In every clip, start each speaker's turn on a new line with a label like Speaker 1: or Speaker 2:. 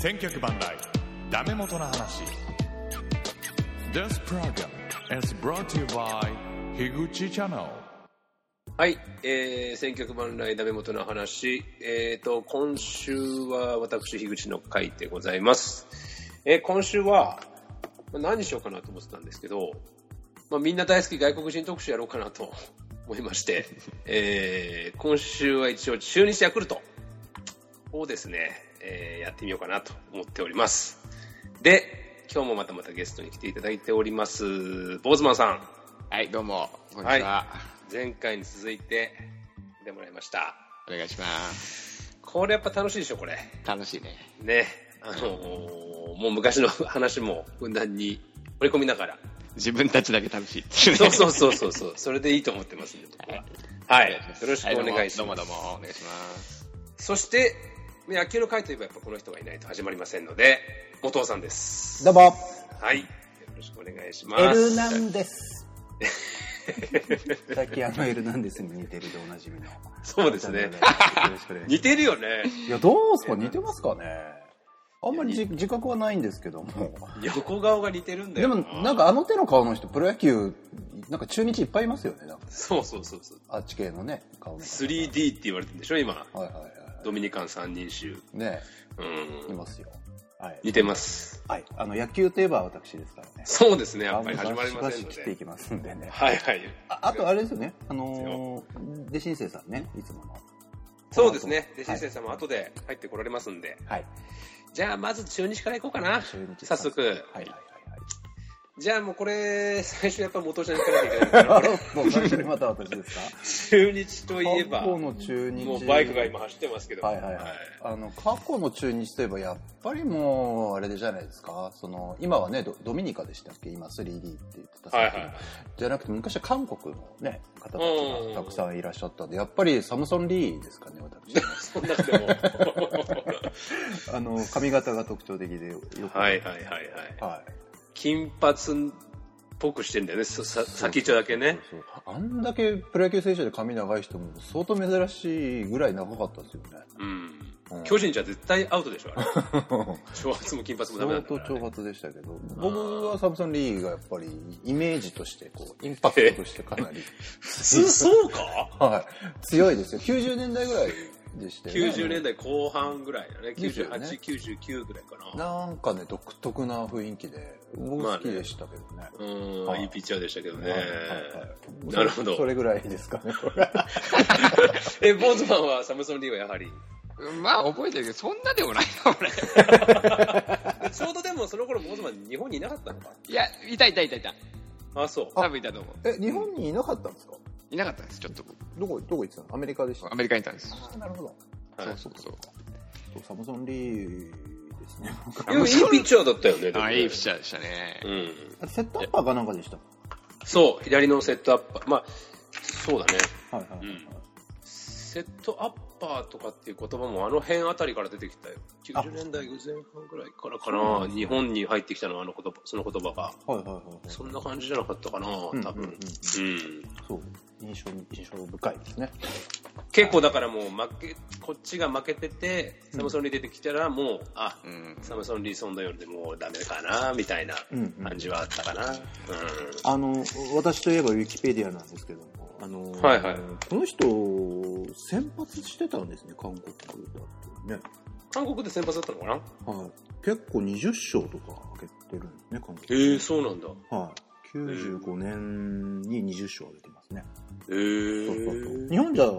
Speaker 1: 千曲万来ダメ元の話 This program is brought to you by 樋口 Channel
Speaker 2: はい、えー、選曲万来ダメ元の話、えー、と、今週は私、樋口の会でございます。えー今週は、まあ何しようかなと思ってたんですけど、まあ、みんな大好き外国人特集やろうかなと 思いまして、えー今週は一応中日ヤクルトをですね、えーやってみようかなと思っております。で、今日もまたまたゲストに来ていただいております、坊主マンさん。
Speaker 3: はい、どうも、こんにちは。
Speaker 2: 前回に続いて来てもらいました
Speaker 3: お願いします。
Speaker 2: これやっぱ楽しいでしょこれ
Speaker 3: 楽しいね。
Speaker 2: ねあのーもう昔の話もふんだんに織り込みながら
Speaker 3: 自分たちだけ楽しいっていね
Speaker 2: そうそうそうそうそう それでいいと思ってますんで僕ははい、よろしくお願いし
Speaker 3: どう
Speaker 2: ま
Speaker 3: も
Speaker 2: す
Speaker 3: どうも、お願いします。
Speaker 2: そして野球の会といえばやっぱこの人がいないと始まりませんのでお父さんです
Speaker 4: どうも、
Speaker 2: はいよろしくお願いします
Speaker 4: エルナンデ ス。最近あのエルナンデスに似てるでおなじみの。
Speaker 2: そうですね
Speaker 4: よろしくお願いし
Speaker 2: 似てるよね
Speaker 4: ます。いや、どうすか似てますかねあんまりじ自覚はないんですけども。
Speaker 2: 横顔が似てるんだ
Speaker 4: で
Speaker 2: よ
Speaker 4: も、なんかあの手の顔の人、プロ野球、なんか中日いっぱいいますよね。なんか
Speaker 2: そうそうそうそう
Speaker 4: あっち系のね、顔の。
Speaker 2: 3D って言われてるんでしょ今
Speaker 4: はいはいは
Speaker 2: ドミニカン三人衆
Speaker 4: い。ね
Speaker 2: うん
Speaker 4: いますよ。はい。
Speaker 2: 似てます。
Speaker 4: はい。あの、野球といえば私ですからね。
Speaker 2: そうですね、やっぱり
Speaker 4: あの
Speaker 2: 始まりま
Speaker 4: バ
Speaker 2: せん
Speaker 4: シ
Speaker 2: の
Speaker 4: バシ切ってい
Speaker 2: で。
Speaker 4: きますんでね。
Speaker 2: はいはい。
Speaker 4: ああと、あれですよね。あのー、で、新生さんね、いつもの。
Speaker 2: そうですね。で、新
Speaker 4: はい
Speaker 2: 生さんも後で入ってこられますんで。
Speaker 4: はい。
Speaker 2: じゃあ、まず中日から行こうかな。
Speaker 4: 中日
Speaker 2: 早速。
Speaker 4: はいはい
Speaker 2: じゃあもうこれ、最初やっぱ元ちゃん行かなきゃいけない
Speaker 4: は
Speaker 2: か
Speaker 4: い
Speaker 2: ら。
Speaker 4: はい。 もう最初にまた私で すか
Speaker 2: 中日といえば、
Speaker 4: 過去
Speaker 2: も
Speaker 4: の中日。
Speaker 2: うバイクが今。走ってますけど。
Speaker 4: はいはいはい。あの、過去の中日といえば、やっぱりもう、あれじゃないですか。その、今はね、ドドミニカでしたっけ今 3D って言ってた。
Speaker 2: はいはい。
Speaker 4: じゃなくて、昔は韓国のね、方たちがたくさんいらっしゃったんで、やっぱりサムソン・リーですかね、 私。
Speaker 2: そんなくても。
Speaker 4: あの、髪型が特徴的で、よく。。
Speaker 2: はいいはいはいはい。
Speaker 4: はい。
Speaker 2: 金髪っぽくしてんだよね、ささ先っちょだけね。
Speaker 4: そうあんだけプロ野球選手で髪長い人も相当珍しいぐらい長かったですよね。
Speaker 2: うん
Speaker 4: うん。
Speaker 2: 巨人じゃ絶対アウトでし ょ、あれ。長髪も金髪もダメな
Speaker 4: 相
Speaker 2: んだか
Speaker 4: 当
Speaker 2: ら、ね。
Speaker 4: 長髪でしたけど、僕はサムソン・リーがやっぱりイメージとしてこうインパクトとしてか なり、
Speaker 2: 普通そうか
Speaker 4: はい、強いですよ90年代ぐらいでしたよね
Speaker 2: 90年代後半ぐらいだね。
Speaker 4: ですよね
Speaker 2: 98、99ぐらいかな。
Speaker 4: なんかね独特な雰囲気で僕好きでしたけどね,
Speaker 2: うー
Speaker 4: は
Speaker 2: ん、
Speaker 4: い
Speaker 2: いいピッチャーでしたけど
Speaker 4: はい、
Speaker 2: ね
Speaker 4: はい。はい
Speaker 2: なるほど
Speaker 4: そそれぐらいですかねこれ
Speaker 2: え、ボーズマンはサムソン・リーはやはり。
Speaker 3: まあ、覚えてるけど、そんなでもないな、俺。
Speaker 2: でちょうどでもその頃ボーズマン日本にいなかったのか。
Speaker 3: いや、いたいたいたいた。
Speaker 2: あ、そう。
Speaker 3: 多分いたと思う。
Speaker 4: え日本にいなかったんですか
Speaker 3: いなかったんです、ちょっと僕。
Speaker 4: どこどこ行ってたのアメリカでした
Speaker 3: アメリカにいたんです。
Speaker 4: あーなるほど
Speaker 2: はい
Speaker 3: そうそうそう。
Speaker 4: そうサムソン・リーです ね僕
Speaker 2: でもいいピッチャーだったよね。でも
Speaker 3: あ、
Speaker 2: ね
Speaker 3: いいピッチャーでしたね
Speaker 2: う。ん。
Speaker 4: セットアッパーかなんかでした
Speaker 2: そう、左のセットアッパー。まあ、そうだね。
Speaker 4: はいはい、
Speaker 2: うんセットアッパーとかっていう言葉もあの辺あたりから出てきたよ。90年代前半ぐらいからかな。日本に入ってきたのはあの言葉、その言葉が。
Speaker 4: はいはいはいはい
Speaker 2: そんな感じじゃなかったかな、多
Speaker 4: うん
Speaker 2: 分。
Speaker 4: うんうん
Speaker 2: うん
Speaker 4: そう印象に印象深いですね
Speaker 2: 結構だからもう負けこっちが負けててサムソンリー出てきたらもうあ、
Speaker 3: うん。
Speaker 2: サムソンリーそんなようでもうダメかなみたいな
Speaker 4: うんうん
Speaker 2: 感じはあったかな、うん
Speaker 4: あの私といえばウィキペディアなんですけどもあの、
Speaker 2: はいはい
Speaker 4: この人先発してたんですね韓国だってね、
Speaker 2: 韓国で先発だったのかな
Speaker 4: はい、結構20勝とか挙げてるんですね韓
Speaker 2: ええ
Speaker 4: 国、
Speaker 2: そうなんだ
Speaker 4: はい、95年に20勝挙げてますね、
Speaker 2: ええ
Speaker 4: そうそうそう日本じゃ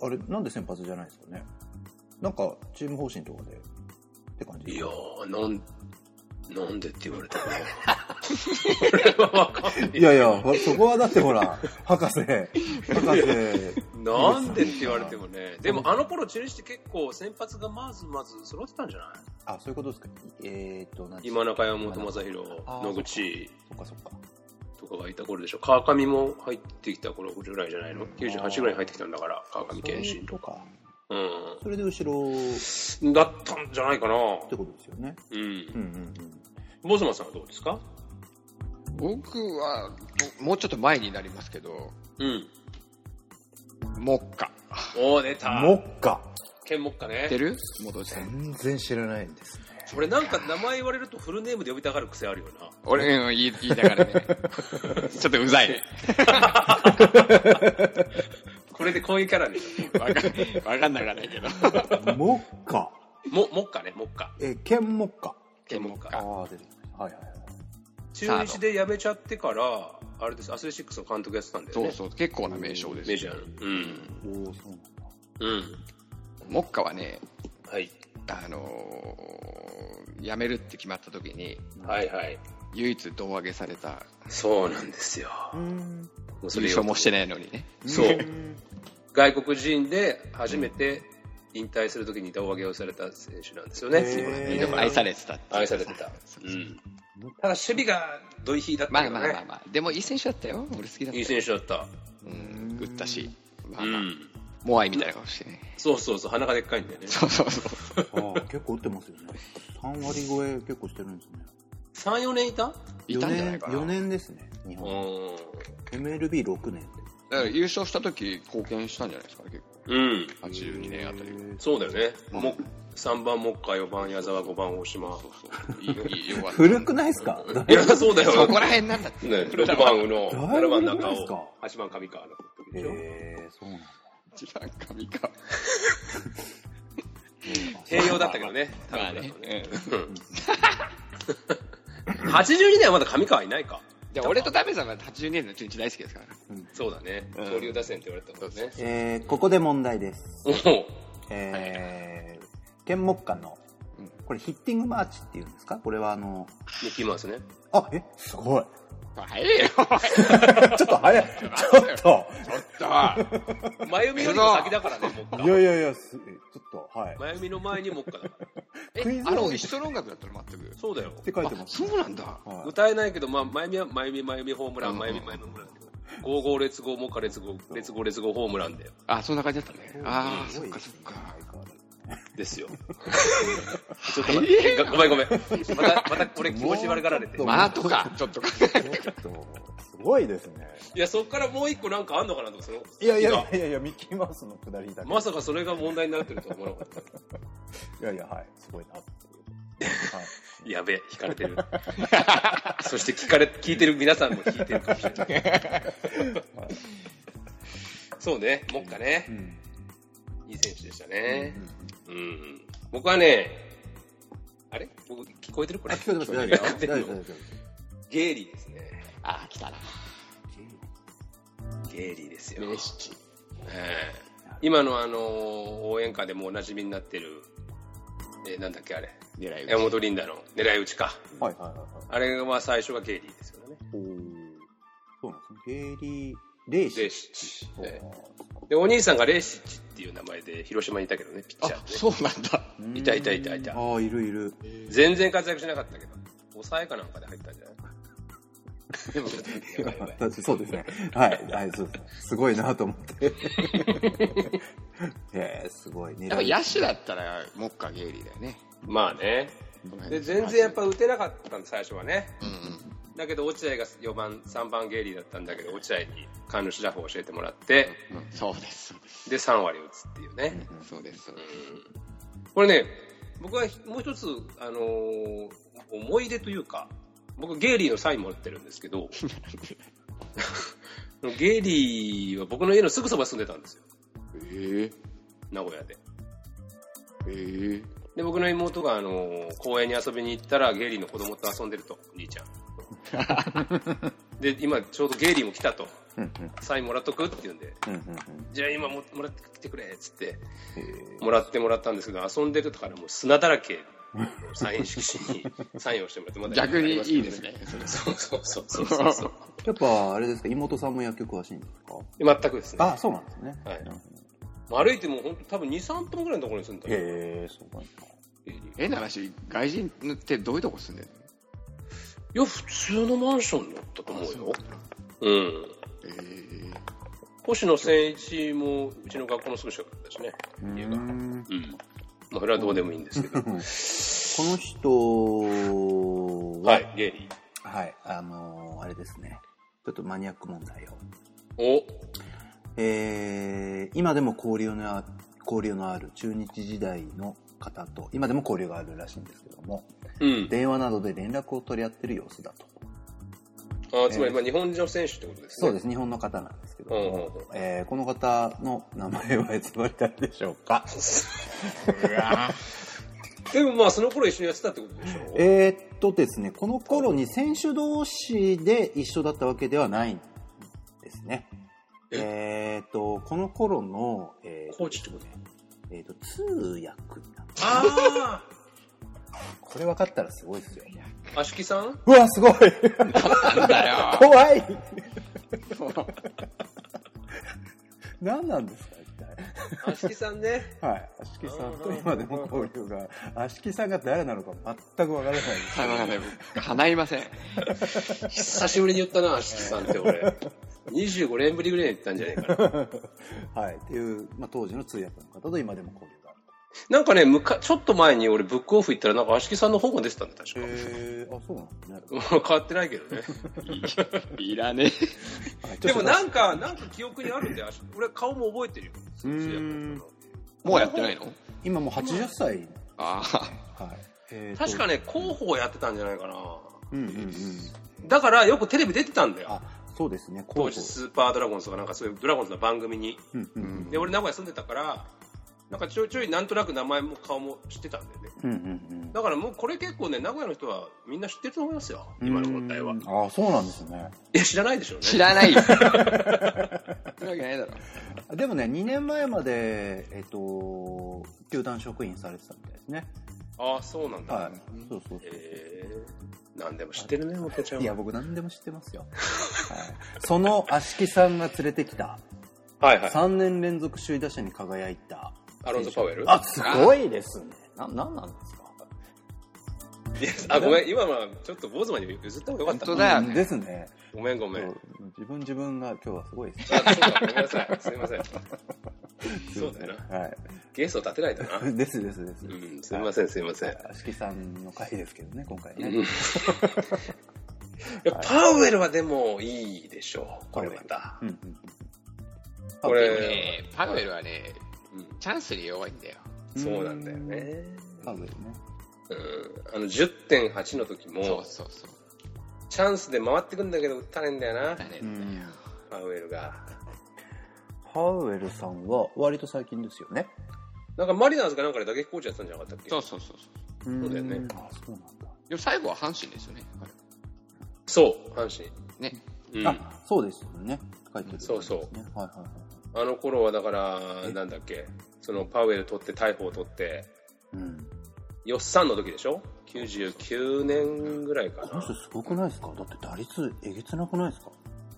Speaker 4: あれなんで先発じゃないですかねなんかチーム方針とかでって感じ
Speaker 2: いやーなんなんでって言われた かなこれはわかんない
Speaker 4: いやいや、そこはだってほら、 博士、博士、
Speaker 2: なんでって言われてもねでもあの頃中日って結構先発がまずまず揃ってたんじゃない
Speaker 4: あ、そういうことですか。えー、っと、なんて
Speaker 2: 今中山本正
Speaker 4: 弘。
Speaker 2: 宏
Speaker 4: あー
Speaker 2: 野口
Speaker 4: そっかそっか。
Speaker 2: とかがいた頃でしょ川上も入ってきた頃ぐらいじゃないの98ぐらいに入ってきたんだから川上
Speaker 4: そう
Speaker 2: 健
Speaker 4: いう
Speaker 2: 信
Speaker 4: ことか。
Speaker 2: う
Speaker 4: それで後ろっ
Speaker 2: んだったんじゃないかな
Speaker 4: てことですよね。
Speaker 2: う
Speaker 4: うんんうんうん。
Speaker 2: ボスマンさんはどうですか
Speaker 3: 僕は、ももうちょっと前になりますけど、
Speaker 2: うん
Speaker 3: モッカ。
Speaker 2: おお出た
Speaker 4: もっか。
Speaker 2: 剣目かね
Speaker 3: 知ってる元地さん。
Speaker 4: 全然知らないんですね。
Speaker 2: 俺なんか名前言われるとフルネームで呼びたがる癖あるよな。
Speaker 3: 俺の言い言いた からね。ちょっとうざいね。
Speaker 2: これでこういうキャラでし
Speaker 3: わかわかんなかないけど。
Speaker 4: もっか。
Speaker 2: ょ。も、もっかね、もっか。
Speaker 4: え、剣もっか。
Speaker 2: ケモッカ。
Speaker 4: ああ、出てきた。はいはい。
Speaker 2: 中日で辞めちゃってから、あれです、アスレチックスの監督やってたんだよ
Speaker 3: そ
Speaker 2: ね。
Speaker 3: うそう、結構な名称です。
Speaker 2: メジャーの。
Speaker 4: おお、そうなんだ。
Speaker 2: うん。うん。
Speaker 3: 目下はね、
Speaker 2: はい。
Speaker 3: あのー辞めるって決まった時に、
Speaker 2: はいはい。
Speaker 3: 唯一胴上げされた、
Speaker 2: そうなんですよ。
Speaker 4: うん。
Speaker 2: もう
Speaker 3: 優勝もしてないのにね。
Speaker 2: そう。外国人で初めて引退するときに胴上げをされた選手なんですよね。
Speaker 4: へー
Speaker 3: でも愛されてたっていう
Speaker 2: 愛されてた。。
Speaker 3: そううそうん
Speaker 2: ただ守備がドイヒーだった
Speaker 3: ま
Speaker 2: か
Speaker 3: あ
Speaker 2: らね。
Speaker 3: まあまあまあ、でもいい選手だったよ。俺好きだった
Speaker 2: いい
Speaker 3: よ。
Speaker 2: 選手だった。
Speaker 3: うん、打ったし。まあ
Speaker 2: う
Speaker 3: まあ、
Speaker 2: ん。
Speaker 3: モアイみたいな顔してね。
Speaker 2: そうそうそう、鼻がでっかいんだよね。
Speaker 3: そうそうそう。
Speaker 4: ああ、 結構打ってますよね。3割超え結構してるんですね。
Speaker 2: 3、4年いた
Speaker 3: いたんじゃないかな。
Speaker 4: 4年ですね、日
Speaker 2: う
Speaker 4: 本。
Speaker 2: ん。
Speaker 4: MLB6 年
Speaker 3: だから優勝した時貢献したんじゃないですか、結
Speaker 2: うん。
Speaker 3: 構。82年あたり。
Speaker 2: そうだよね。
Speaker 3: うん
Speaker 2: も3番、モッカー、4番、矢沢、5番、大島。
Speaker 3: そうそう。いい、いい、よかった。
Speaker 4: 古くないですか
Speaker 2: いや、そうだよ。
Speaker 3: そこら辺なんだって。
Speaker 2: ね、6番、 宇野、
Speaker 4: だい
Speaker 2: 7
Speaker 4: ぶ
Speaker 2: 番、
Speaker 4: 古く
Speaker 2: 中
Speaker 4: ないですか
Speaker 2: 尾、8番、上川の時でしょ。
Speaker 4: ええ、そうなんだ。
Speaker 3: 一番神か。
Speaker 2: 併用だったけどね。多
Speaker 3: まあ
Speaker 2: 分
Speaker 3: ね
Speaker 2: ね。。
Speaker 3: うん
Speaker 2: 82年はまだ上川いないか。
Speaker 3: じゃあ俺とダメさんは82年の中日大好きですから。
Speaker 2: そうだね。
Speaker 3: うん
Speaker 2: 恐竜打線って言われたもんね。
Speaker 4: えー、ここで問題です。
Speaker 2: おお
Speaker 4: えー、剣目下の
Speaker 3: うん、
Speaker 4: これヒッティングマーチっていうんですかこれはあの、
Speaker 2: ミッキーマウスね。
Speaker 4: あ、え、すごい。
Speaker 3: 早いよ。
Speaker 4: ちょっ と早い。ちょっ
Speaker 2: 前海よりも先だからね、もっか
Speaker 4: と。い。やいやいや、すちょっと、はい。
Speaker 2: 前海の前にもっかだから。
Speaker 3: え
Speaker 4: クイズ、王
Speaker 3: あの、一緒の音楽だったの全く。
Speaker 2: そうだよ
Speaker 4: っ。て書いてます。
Speaker 3: そうなんだ。
Speaker 4: はい
Speaker 2: 歌えないけど、まあ、前海は前海、前海ホームラン、
Speaker 3: うん
Speaker 2: 前海、前海ホームラン。5号列号、もっか列号、列号列号ホームランだよ。
Speaker 3: あ、そんな感じだったね。ああ、
Speaker 4: す
Speaker 3: そ
Speaker 4: ご
Speaker 3: っ
Speaker 4: い
Speaker 3: か
Speaker 4: で
Speaker 3: そ
Speaker 4: す
Speaker 3: っ
Speaker 4: ね
Speaker 3: か。
Speaker 4: 相変わらず
Speaker 2: ですよ。ちょっと待って、 ごごめんごめん。また、またこれ気持ち悪がられて。
Speaker 3: まあ、とか、ちょっ とか。
Speaker 4: ちょっと、すごいですね。
Speaker 2: いや、そっからもう一個なんかあんのかなとか、その。
Speaker 4: いやいやいやいや、ミッキーマウスのくだりだけ。
Speaker 2: まさかそれが問題になってるとは思わなかった。
Speaker 4: いやいや、はい。すごいなっていう。はい。
Speaker 2: やべえ、引かれて る。そして聞かれ、聞いてる皆さんも聞いてるかもしれない。そうね、もっかね、いい選手でしたね。うん。僕はね、あれ僕聞こえてるこれ。
Speaker 4: 聞こえてます大
Speaker 2: 聞こ
Speaker 4: 丈
Speaker 2: えて
Speaker 4: 夫
Speaker 2: る
Speaker 4: 大
Speaker 2: の
Speaker 4: 丈夫大丈
Speaker 2: ゲーリーですね。
Speaker 3: ああ、来たな。
Speaker 2: ゲーリーですよ。
Speaker 3: 名七。
Speaker 2: ええ今のあのー応援歌でもおなじみになってる、えーなんだっけあれ。
Speaker 3: 狙い撃ち
Speaker 2: 山本リンダの狙い撃ちか。
Speaker 4: 夫。はいはいはいはい。
Speaker 2: あれは最初がゲーリーですよね。
Speaker 4: おーそうなんですね。ゲイリー・レイシ
Speaker 2: レー
Speaker 4: ー。
Speaker 2: シッチ。
Speaker 4: お
Speaker 2: ええ
Speaker 4: ー
Speaker 2: で、お兄さんがレーシッチっていう名前で広島にいたけどね、ピッチャ
Speaker 3: あ、
Speaker 2: ー
Speaker 3: そうなんだ。
Speaker 4: うん
Speaker 2: いたいたいたいた
Speaker 4: ああ、いるいる。
Speaker 2: で、ね。全然活躍しなかったけど、抑えかなんかで入ったんじゃないでも、や ばいやばい
Speaker 4: 確かにそうですね。はい、はい、そうですね。すごいなと思って。 えー、すごいね。
Speaker 3: やっぱ野手だったら、モッカゲイリーだよね。
Speaker 2: まあね。
Speaker 3: この辺
Speaker 2: で、全然やっぱ打てなかったんで、最初はね。
Speaker 3: うんうん。
Speaker 2: だけど、落合が4番、3番ゲーリーだったんだけど、落合にカ主打法を教えてもらって、
Speaker 3: うんそうです。そうです
Speaker 2: で、3割打つっていうね。
Speaker 3: そうです。そうです
Speaker 2: これね、僕はひもう一つ、あのー思い出というか、僕、ゲイリーのサイン持ってるんですけど、 ゲイリーは僕の家のすぐそばに住んでたんですよ、
Speaker 3: え
Speaker 2: 名古屋で。
Speaker 3: ええ
Speaker 2: で、僕の妹が、あのー公園に遊びに行ったら、ゲイリーの子供と遊んでると、兄ちゃん。で、今、ちょうどゲイリーも来たと、
Speaker 4: うん
Speaker 2: サインもらっとくって言うんで、
Speaker 4: うんうんうんうん
Speaker 2: じゃあ今ももらってきてくれっつって、
Speaker 4: えー
Speaker 2: もらってもらったんですけど、遊んでるとからもう砂だらけのサイン色紙にサインをしてもらって、まだ
Speaker 3: 逆にいいですね。
Speaker 2: そうそうそうそうそう そう。
Speaker 4: やっぱ、あれですか、妹さんも野球詳しいんですか
Speaker 2: 全くですね。
Speaker 4: あ、そうなんですね。
Speaker 2: はい
Speaker 4: なるほど
Speaker 2: 歩いても本当多分2、3分ぐらいのところに住んでたよ
Speaker 4: へえ、すごいな。
Speaker 3: 変な話、外人ってどういうとこ住んでる
Speaker 2: いや、普通のマンションだったと思うよ。うん。
Speaker 3: のえ
Speaker 2: 星野千一もうちの学校のすぐ近くだったしね。
Speaker 4: う
Speaker 2: 家が。うん。
Speaker 4: ん
Speaker 2: まあ、それはどうでもいいんですけど。
Speaker 4: この人は、
Speaker 2: は
Speaker 4: はい、
Speaker 2: い、ゲイリー。
Speaker 4: あのーあれですね。ちょっとマニアック問題を。
Speaker 2: お、
Speaker 4: えー、今でも交流のあ交流のある中日時代の方と、今でも交流があるらしいんですけども、
Speaker 2: うん。
Speaker 4: 電話などで連絡を取り合ってる様子だと。
Speaker 2: あつまり、まあ、日本人の選手ってことですね。
Speaker 4: そうです、日本の方なんですけど
Speaker 2: うんうん
Speaker 4: も、えーこの方の名前は えつばりたいでしょうかうわ
Speaker 2: でもまあ、その頃一緒にやってたってことでしょ
Speaker 4: えーっとですね、この頃に選手同士で一緒だったわけではないんですね。えーっと、この頃の、えー
Speaker 2: コーチってこと
Speaker 4: えーっと通訳になった。
Speaker 2: あ
Speaker 4: これ分かったらすごいですよ。
Speaker 2: あ足木さん
Speaker 4: うわ、すごい
Speaker 3: なんだよ。
Speaker 4: 怖い何なんですか、一体。
Speaker 2: 足木さんね。
Speaker 4: はい、足木さんと今でも交流が、足木さんが誰なのか全くわからないです。
Speaker 3: あのね、叶いません。
Speaker 2: 久しぶりに言ったな、足木さんって俺。25年ぶりぐらいに言ったんじゃないかな。
Speaker 4: はい、っていう、まあ、当時の通訳の方と今でも交流がある
Speaker 2: なんかね、むかちょっと前に俺、ブックオフ行ったら、なんか足木さんの本が出てたんだ、確か。
Speaker 4: へえ、あ、そうなんですね。
Speaker 2: 変わってないけ どね。
Speaker 3: いらね
Speaker 4: はい
Speaker 2: でも
Speaker 4: ちょっ
Speaker 2: なんか、なんか記憶にあるんだよ。足俺、顔も覚えてるよ。
Speaker 4: うーん
Speaker 3: え。もうやってないの
Speaker 4: と今もう80歳。
Speaker 3: ああ。
Speaker 4: はい。えーと
Speaker 2: 確かね、広報やってたんじゃないかな。
Speaker 4: うんうんうん。
Speaker 2: だから、よくテレビ出てたんだよ。
Speaker 4: あ、そうですね、
Speaker 2: 当時、スーパードラゴンズとか、なんかそういうドラゴンズの番組に。
Speaker 4: 交互。うんうん
Speaker 2: で、俺、名古屋住んでたから、なんかちょいちょい、なんとなく名前も顔も知ってたんだよね。
Speaker 4: うん。うんうん
Speaker 2: だからもうこれ結構ね、名古屋の人はみんな知ってると思いますよ。
Speaker 4: うん。
Speaker 2: 今の問題は。い
Speaker 4: あ、そうなんですね。
Speaker 2: や、知らないでしょうね。
Speaker 3: 知ら ないよ。そんなわけないだろ。
Speaker 4: でもね、2年前まで、えっ、と、球団職員されてたみたいですね。
Speaker 2: ああ、そうなんだ。
Speaker 4: はい。そうそうそう。
Speaker 2: えー、なんでも知ってるね、もこちゃん
Speaker 4: いや、
Speaker 2: は。
Speaker 4: 僕何でも知ってますよ。はい、その足木さんが連れてきた、
Speaker 2: はいはい。
Speaker 4: 3年連続首位打者に輝いた。
Speaker 2: アロンソ・パウエル
Speaker 4: あ、すごいですね。な、なんなんですか
Speaker 2: いやあ、ごめん、今のはちょっと坊主まに譲った方がよか
Speaker 3: 本
Speaker 2: った
Speaker 3: 当
Speaker 2: な。
Speaker 3: だよ
Speaker 4: うん
Speaker 3: ね。
Speaker 4: ですね。
Speaker 2: ごめん、ごめん。
Speaker 4: 自分自分が今日はすごいです
Speaker 2: あ、そうだ、ごめんなさい。すいません。そうだよな。
Speaker 4: ね。
Speaker 2: ゲスト立てないとな
Speaker 4: は。い。 ですですです。
Speaker 2: うん、すいません、すいません。い
Speaker 4: はい。足木さんの回ですけどね、今回
Speaker 2: うん
Speaker 4: ね。
Speaker 2: やパウエルはでもいいでしょう。これまた。
Speaker 4: うんうん
Speaker 2: こ
Speaker 3: で
Speaker 2: れ
Speaker 3: もね、パウエルはね、
Speaker 2: うん
Speaker 3: チャンスに弱いんだよ。
Speaker 2: そうなんだよね。
Speaker 4: パウエルね。
Speaker 2: うんあの10.8の時
Speaker 3: そう
Speaker 2: も、
Speaker 3: そうそう。
Speaker 2: チャンスで回ってくんだけど、打たねえんだよな
Speaker 3: だ、ね。
Speaker 4: うん
Speaker 2: パウエルが。
Speaker 4: パウエルさんは割と最近ですよね。
Speaker 2: なんかマリナーズかなんかで打撃コーチやってたんじゃなかったっけ
Speaker 3: そうそうそうそう。
Speaker 4: そう
Speaker 2: だよね
Speaker 4: あ、そうなんだ。
Speaker 3: でも最後は阪神ですよね。彼
Speaker 2: そう、阪
Speaker 3: ね。
Speaker 2: 神。うん。
Speaker 4: あ、そうですよね。書いてる、
Speaker 2: そうそう
Speaker 4: ね。はいはいはい。
Speaker 2: あの頃はだから、なんだっけ、そのパウエル取って、逮捕を取って、
Speaker 4: うん。
Speaker 2: ヨッサンの時でしょ ?99 年ぐらいか
Speaker 4: この
Speaker 2: な
Speaker 4: 人。すごくないですかだって打率えげつなくないですか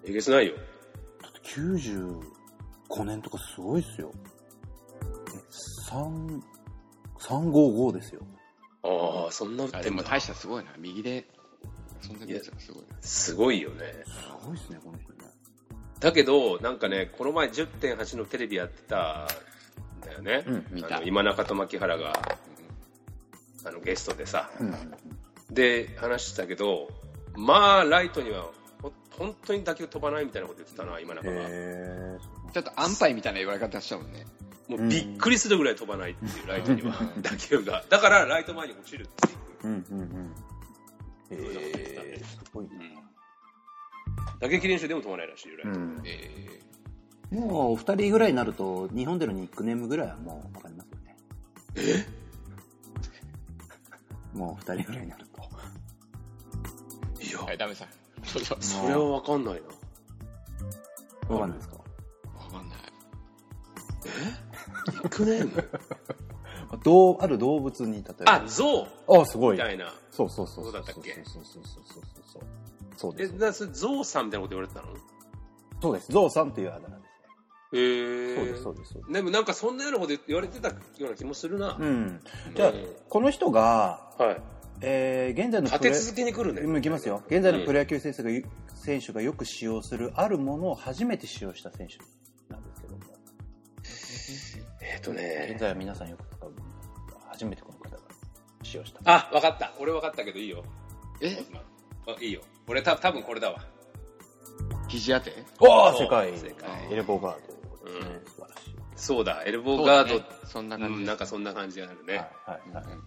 Speaker 2: えげつないよ。
Speaker 4: だって95年とかすごいっすよ。え、3、355ですよ。
Speaker 2: ああ、そんな打っ
Speaker 3: あ
Speaker 2: て
Speaker 3: で
Speaker 2: ん
Speaker 3: も
Speaker 2: だ
Speaker 3: 大したすごいな。右で、そんだけ出ちゃうすごいな。
Speaker 2: すごいよね。
Speaker 4: すごいっすね、この人ね。
Speaker 2: だけど、なんかね、この前10.8のテレビやってたんだよね。
Speaker 4: うん
Speaker 3: 見
Speaker 2: あ
Speaker 3: た
Speaker 2: の今中と牧原が、あのゲストでさ、
Speaker 4: うん。
Speaker 2: で話してたけど、まあ、ライトにはほ本当に打球飛ばないみたいなこと言ってたな、今中が。
Speaker 4: へ
Speaker 3: ちょっと安牌みたいな言われ方したもんね。
Speaker 2: もうびっくりするぐらい飛ばないっていう、ライトには、 打球が。だから、ライト前に落ちるっていう。
Speaker 4: ー。うんうんうん。えー、すごいね。
Speaker 2: 打撃練習でも飛ばないらしいよ、ライト。
Speaker 4: ん。
Speaker 3: え
Speaker 4: もう、お二人ぐらいになると、日本でのニックネームぐらいはもう、わかりますよね。えもう、お二人ぐらいになると。
Speaker 2: い
Speaker 3: ー。は
Speaker 2: や、
Speaker 3: い、ダメさん。そうそう。
Speaker 2: それはわかんないな。
Speaker 4: わかんないですか
Speaker 3: わかんない。
Speaker 2: ニックネーム
Speaker 4: どう、ある動物に、例え ば。
Speaker 2: あ、ゾウ
Speaker 4: あ、すごい
Speaker 2: み。たいな。
Speaker 4: そうそうそう。
Speaker 2: そうだったっけ
Speaker 4: そうそうそうそうそうそう。そう
Speaker 2: え、
Speaker 4: です。
Speaker 2: な、それゾウさんみたいなこと言われてたの
Speaker 4: そうです。ゾウさんっていうあだ名で
Speaker 2: へ
Speaker 4: すね。
Speaker 2: え
Speaker 4: そうです、そうです、そうです。
Speaker 2: でもなんかそんなようなこと言われてたような気もするな。
Speaker 4: うん。じゃあ、この人が、
Speaker 2: はい。
Speaker 4: えー、現在の
Speaker 2: 立
Speaker 4: プロ
Speaker 2: て続けに来るね。
Speaker 4: うんいきますよ。現在のプロ野球選手が、選手がよく使用するあるものを初めて使用した選手なんですけども、
Speaker 2: えっと
Speaker 4: 現
Speaker 2: ね。
Speaker 4: 在は皆さんよく使うもの初めてこの方が使用した。
Speaker 2: あ、わかった。俺わかったけどいいよ。
Speaker 3: え
Speaker 2: あいいよ。俺た多分これだわ。
Speaker 3: 肘当て
Speaker 4: おお世界
Speaker 2: 世界
Speaker 4: エルボーガードですね
Speaker 2: うん
Speaker 4: 素晴らしい。
Speaker 2: そうだ、エルボーガード、
Speaker 3: そうだねそんな感
Speaker 2: う
Speaker 3: じ
Speaker 2: ん、
Speaker 3: で
Speaker 2: なん
Speaker 3: す
Speaker 2: かそんな感じがあるね。
Speaker 4: はいはいはい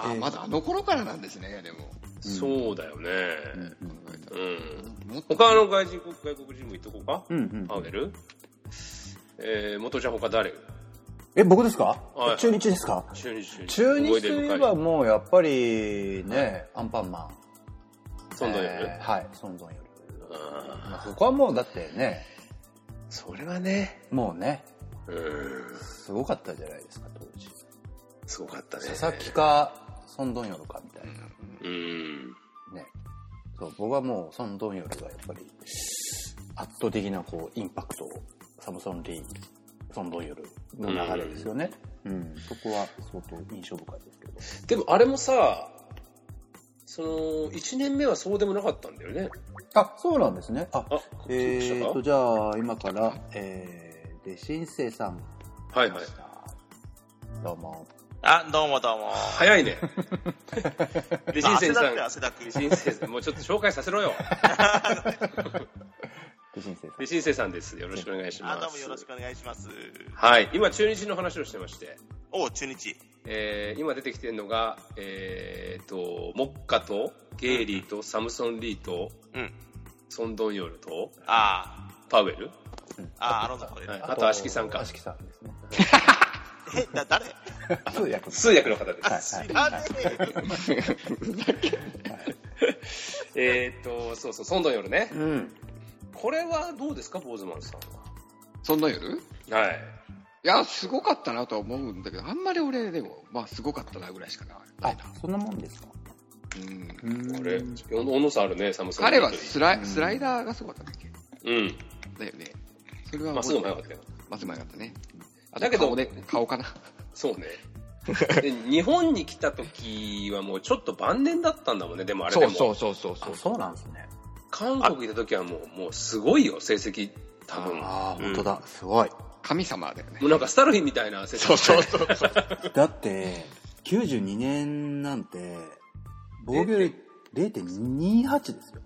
Speaker 3: あまだあの頃からなんですねでも
Speaker 2: そうだよね。うん。
Speaker 3: もっ と
Speaker 2: 他の外人外国人も行っとこうか。
Speaker 4: うんうん
Speaker 2: パウエルえー、元ちゃん他誰
Speaker 4: え、僕ですか
Speaker 2: はい
Speaker 4: 中日ですか
Speaker 2: 中日、中日。
Speaker 4: 中
Speaker 2: 動
Speaker 4: 日
Speaker 2: い
Speaker 4: と
Speaker 2: てる
Speaker 4: い
Speaker 2: か
Speaker 4: え
Speaker 2: い
Speaker 4: ばもうやっぱりね、アンパンマン。
Speaker 2: そんどんや
Speaker 4: えーはい、ソンゾンより。
Speaker 2: あ
Speaker 4: まあそこはもうだってね、
Speaker 2: ーそれはね、
Speaker 4: もうね、
Speaker 2: うん、
Speaker 4: すごかったじゃないですか、当時。
Speaker 2: すごかったね。
Speaker 4: 佐々木か、ソンドンヨルかみたいな
Speaker 2: うん。
Speaker 4: ね。そう、僕はもうソンドンヨルがやっぱり、圧倒的なこう、インパクトを、サムソン・リー、ソンドンヨルの流れですよね。うん、そこは相当印象深いですけど。
Speaker 2: でもあれもさ、その、1年目はそうでもなかったんだよね。
Speaker 4: あ、そうなんですね。あ、
Speaker 2: あ、
Speaker 4: え
Speaker 2: そうで
Speaker 4: ーと、
Speaker 2: し
Speaker 4: じゃあ、今から、えー、で、新生さん。
Speaker 2: たかはいはい。
Speaker 4: どうも。
Speaker 5: あ、どうもどうも。
Speaker 2: 早いね。で、人
Speaker 5: まあ
Speaker 2: 生
Speaker 5: 汗
Speaker 2: さ
Speaker 5: だ
Speaker 2: ん
Speaker 5: く、汗だく。
Speaker 2: 人生さん、もうちょっと紹介させろよ。
Speaker 4: で、新生さん
Speaker 2: で、。新生さんです。よろしくお願いします。
Speaker 5: あ、どうもよろしくお願いします。
Speaker 2: はい。今、中日の話をしてまして、
Speaker 5: お、中日。
Speaker 2: えー今出てきてるのが、えー、と、モッカと、ゲイリーと、サムソン・リーと、
Speaker 5: うん。
Speaker 2: ソン・ドンヨルと、
Speaker 5: あ
Speaker 2: パウエル、
Speaker 5: あ、ああ、あのとこで。
Speaker 2: はい、あと、アシキさんか
Speaker 4: あ。しきさんです ね。
Speaker 5: え、だ、誰
Speaker 4: 通訳
Speaker 2: 通訳の方です。
Speaker 4: はい
Speaker 5: 知らねえ。
Speaker 2: えーっと、そうそう、ソンドンヨルね。
Speaker 4: うん。
Speaker 2: これはどうですか、ボーズマンさん
Speaker 3: そんな夜い
Speaker 2: は。はい。
Speaker 3: やすごかったなとは思うんだけどあんまり俺でもまあすごかったなぐらいしかな
Speaker 4: あ
Speaker 3: いな、
Speaker 4: そんなもんですか
Speaker 3: うん、
Speaker 2: これ、小野さんあるね、サムソン。
Speaker 3: 彼はスライスライダーがすごかったんだっけ
Speaker 2: うん。
Speaker 3: だよねそれは
Speaker 2: まっすぐも良かったよ。
Speaker 3: まず前だったねあ
Speaker 2: だけど
Speaker 3: 顔,、ね、顔かな
Speaker 2: そうね。で日本に来た時はもうちょっと晩年だったんだもんね、でもあれで
Speaker 3: そ
Speaker 2: も。
Speaker 3: うそうそうそうそ
Speaker 4: あ、
Speaker 3: う
Speaker 4: そうなんですね。
Speaker 2: 韓国行った時はもう、もうすごいよ、成績、多分。も
Speaker 4: ああ、本当だ。すごい。
Speaker 3: 神様だよね
Speaker 2: うなんかスタルヒンみたいな成績。
Speaker 3: そうそうそうそう
Speaker 4: だって、92年なんて、防御率0.28ですよ。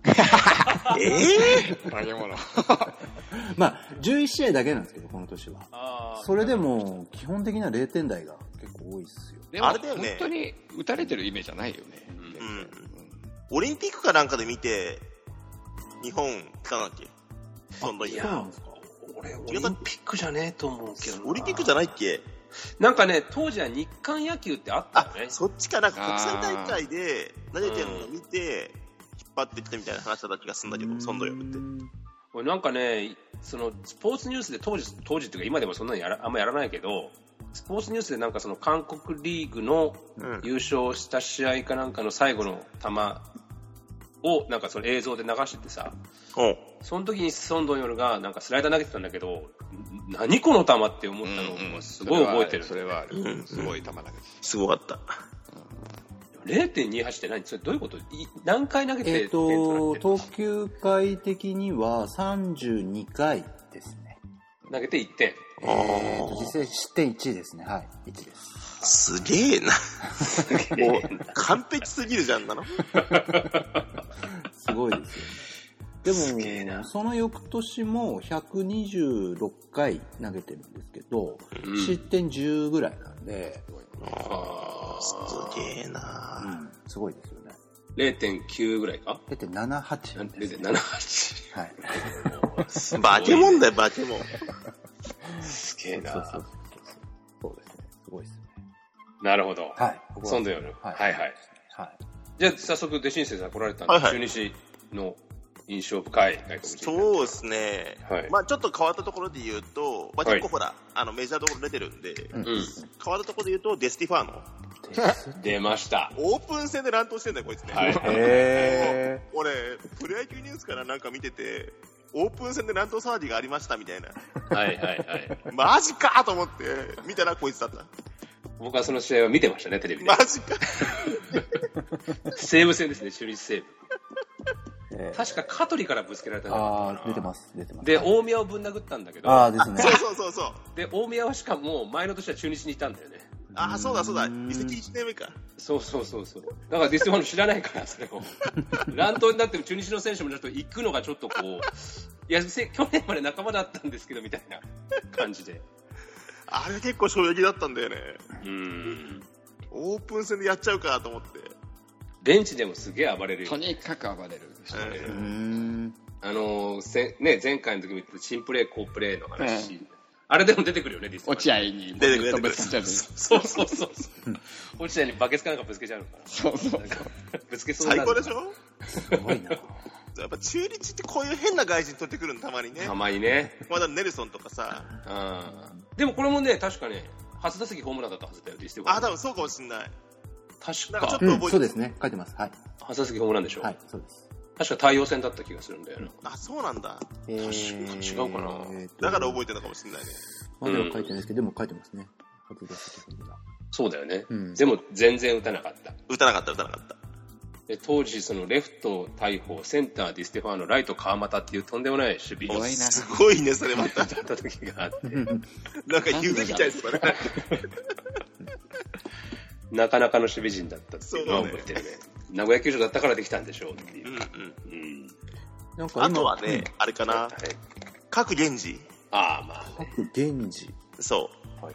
Speaker 3: 化け物
Speaker 4: まあ、11試合だけなんですけど、この年は。
Speaker 2: あー
Speaker 4: それでも、基本的な0点台が結構多いっすよ。
Speaker 3: でも
Speaker 5: あれだよね
Speaker 3: 本当に打たれてるイメージじゃないよね。
Speaker 5: うんオリンピックかなんかで見て、日本来たんだっけそんどん
Speaker 2: い
Speaker 5: よ
Speaker 2: や
Speaker 4: そ
Speaker 5: り
Speaker 4: うなんですか。
Speaker 2: 俺、オリンピックじゃねえと思うけどな。
Speaker 5: オリンピックじゃないっけ
Speaker 2: なんかね、当時は日韓野球ってあった
Speaker 5: あ
Speaker 2: よね。、
Speaker 5: そっちかなんか国際大会で投げてるのを見て、引っ張ってきたみたいな話だった気がするんだけど、そんどんよりって。
Speaker 2: 俺なんかね、そのスポーツニュースで当時、当時っていうか今でもそんなにやらあんまやらないけど、スポーツニュースでなんかその韓国リーグの
Speaker 5: うん
Speaker 2: 優勝した試合かなんかの最後の球をなんかその映像で流しててさ、
Speaker 5: うん。
Speaker 2: その時にソンドンヨルがなんかスライダー投げてたんだけど、ん何この球って思ったのをもうすごい覚えてる。
Speaker 3: それはある。
Speaker 5: うん
Speaker 3: すごい球だけど。
Speaker 5: すごかった。
Speaker 2: 0.28って何それどういうことい何回投げて
Speaker 4: えっ、と、投球回的には32回ですね。
Speaker 2: 投げて1点。
Speaker 5: あ
Speaker 4: えっ、と、実際失点1ですね。はい、1です。
Speaker 5: あ、すげえな。もう、完璧すぎるじゃんなの。
Speaker 4: すごいですよ、ね。でも、その翌年も126回投げてるんですけど、
Speaker 2: うん
Speaker 4: 失点10ぐらいなんで、
Speaker 2: あ
Speaker 5: す
Speaker 2: ー
Speaker 5: げえな。
Speaker 4: すごいですよね。
Speaker 2: 0.9ぐらいか
Speaker 4: 0.78です、ね。
Speaker 2: 0.78。
Speaker 4: はい。
Speaker 5: 化け物だよ、化け物。
Speaker 2: すげえ
Speaker 4: そ
Speaker 2: な。
Speaker 4: うそうそうそう。そうですね。すごいですね。
Speaker 2: なるほど。
Speaker 4: はい。
Speaker 2: そんどんよる。
Speaker 4: は
Speaker 2: はいいはい。
Speaker 4: はい。
Speaker 2: じゃあ、早速、弟子に先生が来られたんで、
Speaker 5: はいはい
Speaker 2: 中日の印象深い外国人。
Speaker 5: そうですね、
Speaker 2: はい
Speaker 5: まあちょっと変わったところで言うと、まあ、
Speaker 2: は
Speaker 5: 結
Speaker 2: い
Speaker 5: 構ほら、あのメジャーどころ出てるんで、
Speaker 4: うん
Speaker 2: う
Speaker 5: 変わったところで言うと、デスティファーノ、
Speaker 2: ん。出ました。
Speaker 5: オープン戦で乱闘してんだよ、こいつね、
Speaker 2: はい。
Speaker 4: へ
Speaker 5: 俺、プロ野球ニュースからなんか見てて、オープン戦で乱闘騒ぎがありましたみたいな、
Speaker 2: はいはいはい。
Speaker 5: マジかと思って、見たらこいつだった、
Speaker 2: 僕はその試合を見てましたね、テレビで
Speaker 5: マ。ジか、
Speaker 2: 西武戦ですね、中日西武。
Speaker 4: えー。
Speaker 2: 確か香取からぶつけられたんじゃなかっ
Speaker 4: あ
Speaker 2: た
Speaker 4: あ、
Speaker 2: かな
Speaker 4: 出てます、出てます。
Speaker 2: で、
Speaker 4: はい
Speaker 2: 大宮をぶん殴ったんだけど、
Speaker 4: ああ、ですね
Speaker 5: そう。そうそうそう、
Speaker 2: で、大宮はしかも、前の年は中日にいたんだよね。
Speaker 5: ああ、そうだそうだ、移籍1年目か、
Speaker 2: そうそうそうそう。だからディスティファノ知らないから、それ を。乱闘になってる中日の選手もちょっと行くのがちょっとこう、いや、せ去年まで仲間だったんですけど、みたいな感じで。
Speaker 5: あれ結構衝撃だったんだよね。
Speaker 2: うん。
Speaker 5: オープン戦でやっちゃうかと思って。
Speaker 2: ベンチでもすげえ暴れるよ
Speaker 3: と。にかく暴れる人がいる
Speaker 4: うーん。
Speaker 2: あのーせね、前回の時も言ってた新プレー、好プレーの話、あれでも出てくるよね、実際
Speaker 3: 落合に
Speaker 5: 出てくる
Speaker 3: 飛ぶつっちゃう。
Speaker 2: そうそうそうそう。落合にバケツかなんかぶつけちゃうのか
Speaker 3: そ うそう
Speaker 2: な。なんかぶつけそうに
Speaker 5: 最
Speaker 2: なる
Speaker 5: 高でしょ
Speaker 4: すごいな。
Speaker 5: やっぱ中日ってこういう変な外人取ってくるのたまにね
Speaker 2: た。まにね。
Speaker 5: まだネルソンとかさ。
Speaker 2: うん。でもこれもね、確かね、初打席ホームランだったはずだよ、ディスティ
Speaker 5: あ、多分そうかもしんない。
Speaker 2: 確
Speaker 5: なんか
Speaker 2: か
Speaker 5: ちょ、
Speaker 4: うん、そうですね。書いてます。はい。
Speaker 2: 初打席ホームランでしょ。
Speaker 4: はい、そうです。
Speaker 2: 確か対応戦だった気がするんだよな。
Speaker 5: あ、そうなんだ。
Speaker 4: え
Speaker 2: 確か違うかな
Speaker 5: だから
Speaker 4: え
Speaker 5: 覚えてるのかもしんないね。
Speaker 4: ーとまだは書いてないですけど、でも書いてますね。初出し的には
Speaker 2: そうだよね。
Speaker 4: うん
Speaker 2: でも全然打たなかった。
Speaker 5: 打たなかった、打たなかった。
Speaker 2: で当時、そのレフト大砲、センターディステファーノ、ライト川又っていうとんでもない守備
Speaker 3: 怖
Speaker 2: を
Speaker 3: いな
Speaker 5: すごいね、それ また。
Speaker 2: だった時があって、
Speaker 5: なんか夢みたいですからね。
Speaker 2: なかなかの守備陣だったっていうのは覚えてるね。名古屋球場だったからできたんでしょうっていうう。
Speaker 5: んう
Speaker 2: う
Speaker 5: ん。
Speaker 2: ん。
Speaker 4: なんか今
Speaker 5: あとはね、、あれか
Speaker 2: は。。
Speaker 5: ない各源氏。
Speaker 2: ああ、まあ。
Speaker 4: 各源氏。
Speaker 5: そ
Speaker 4: はいはいはい。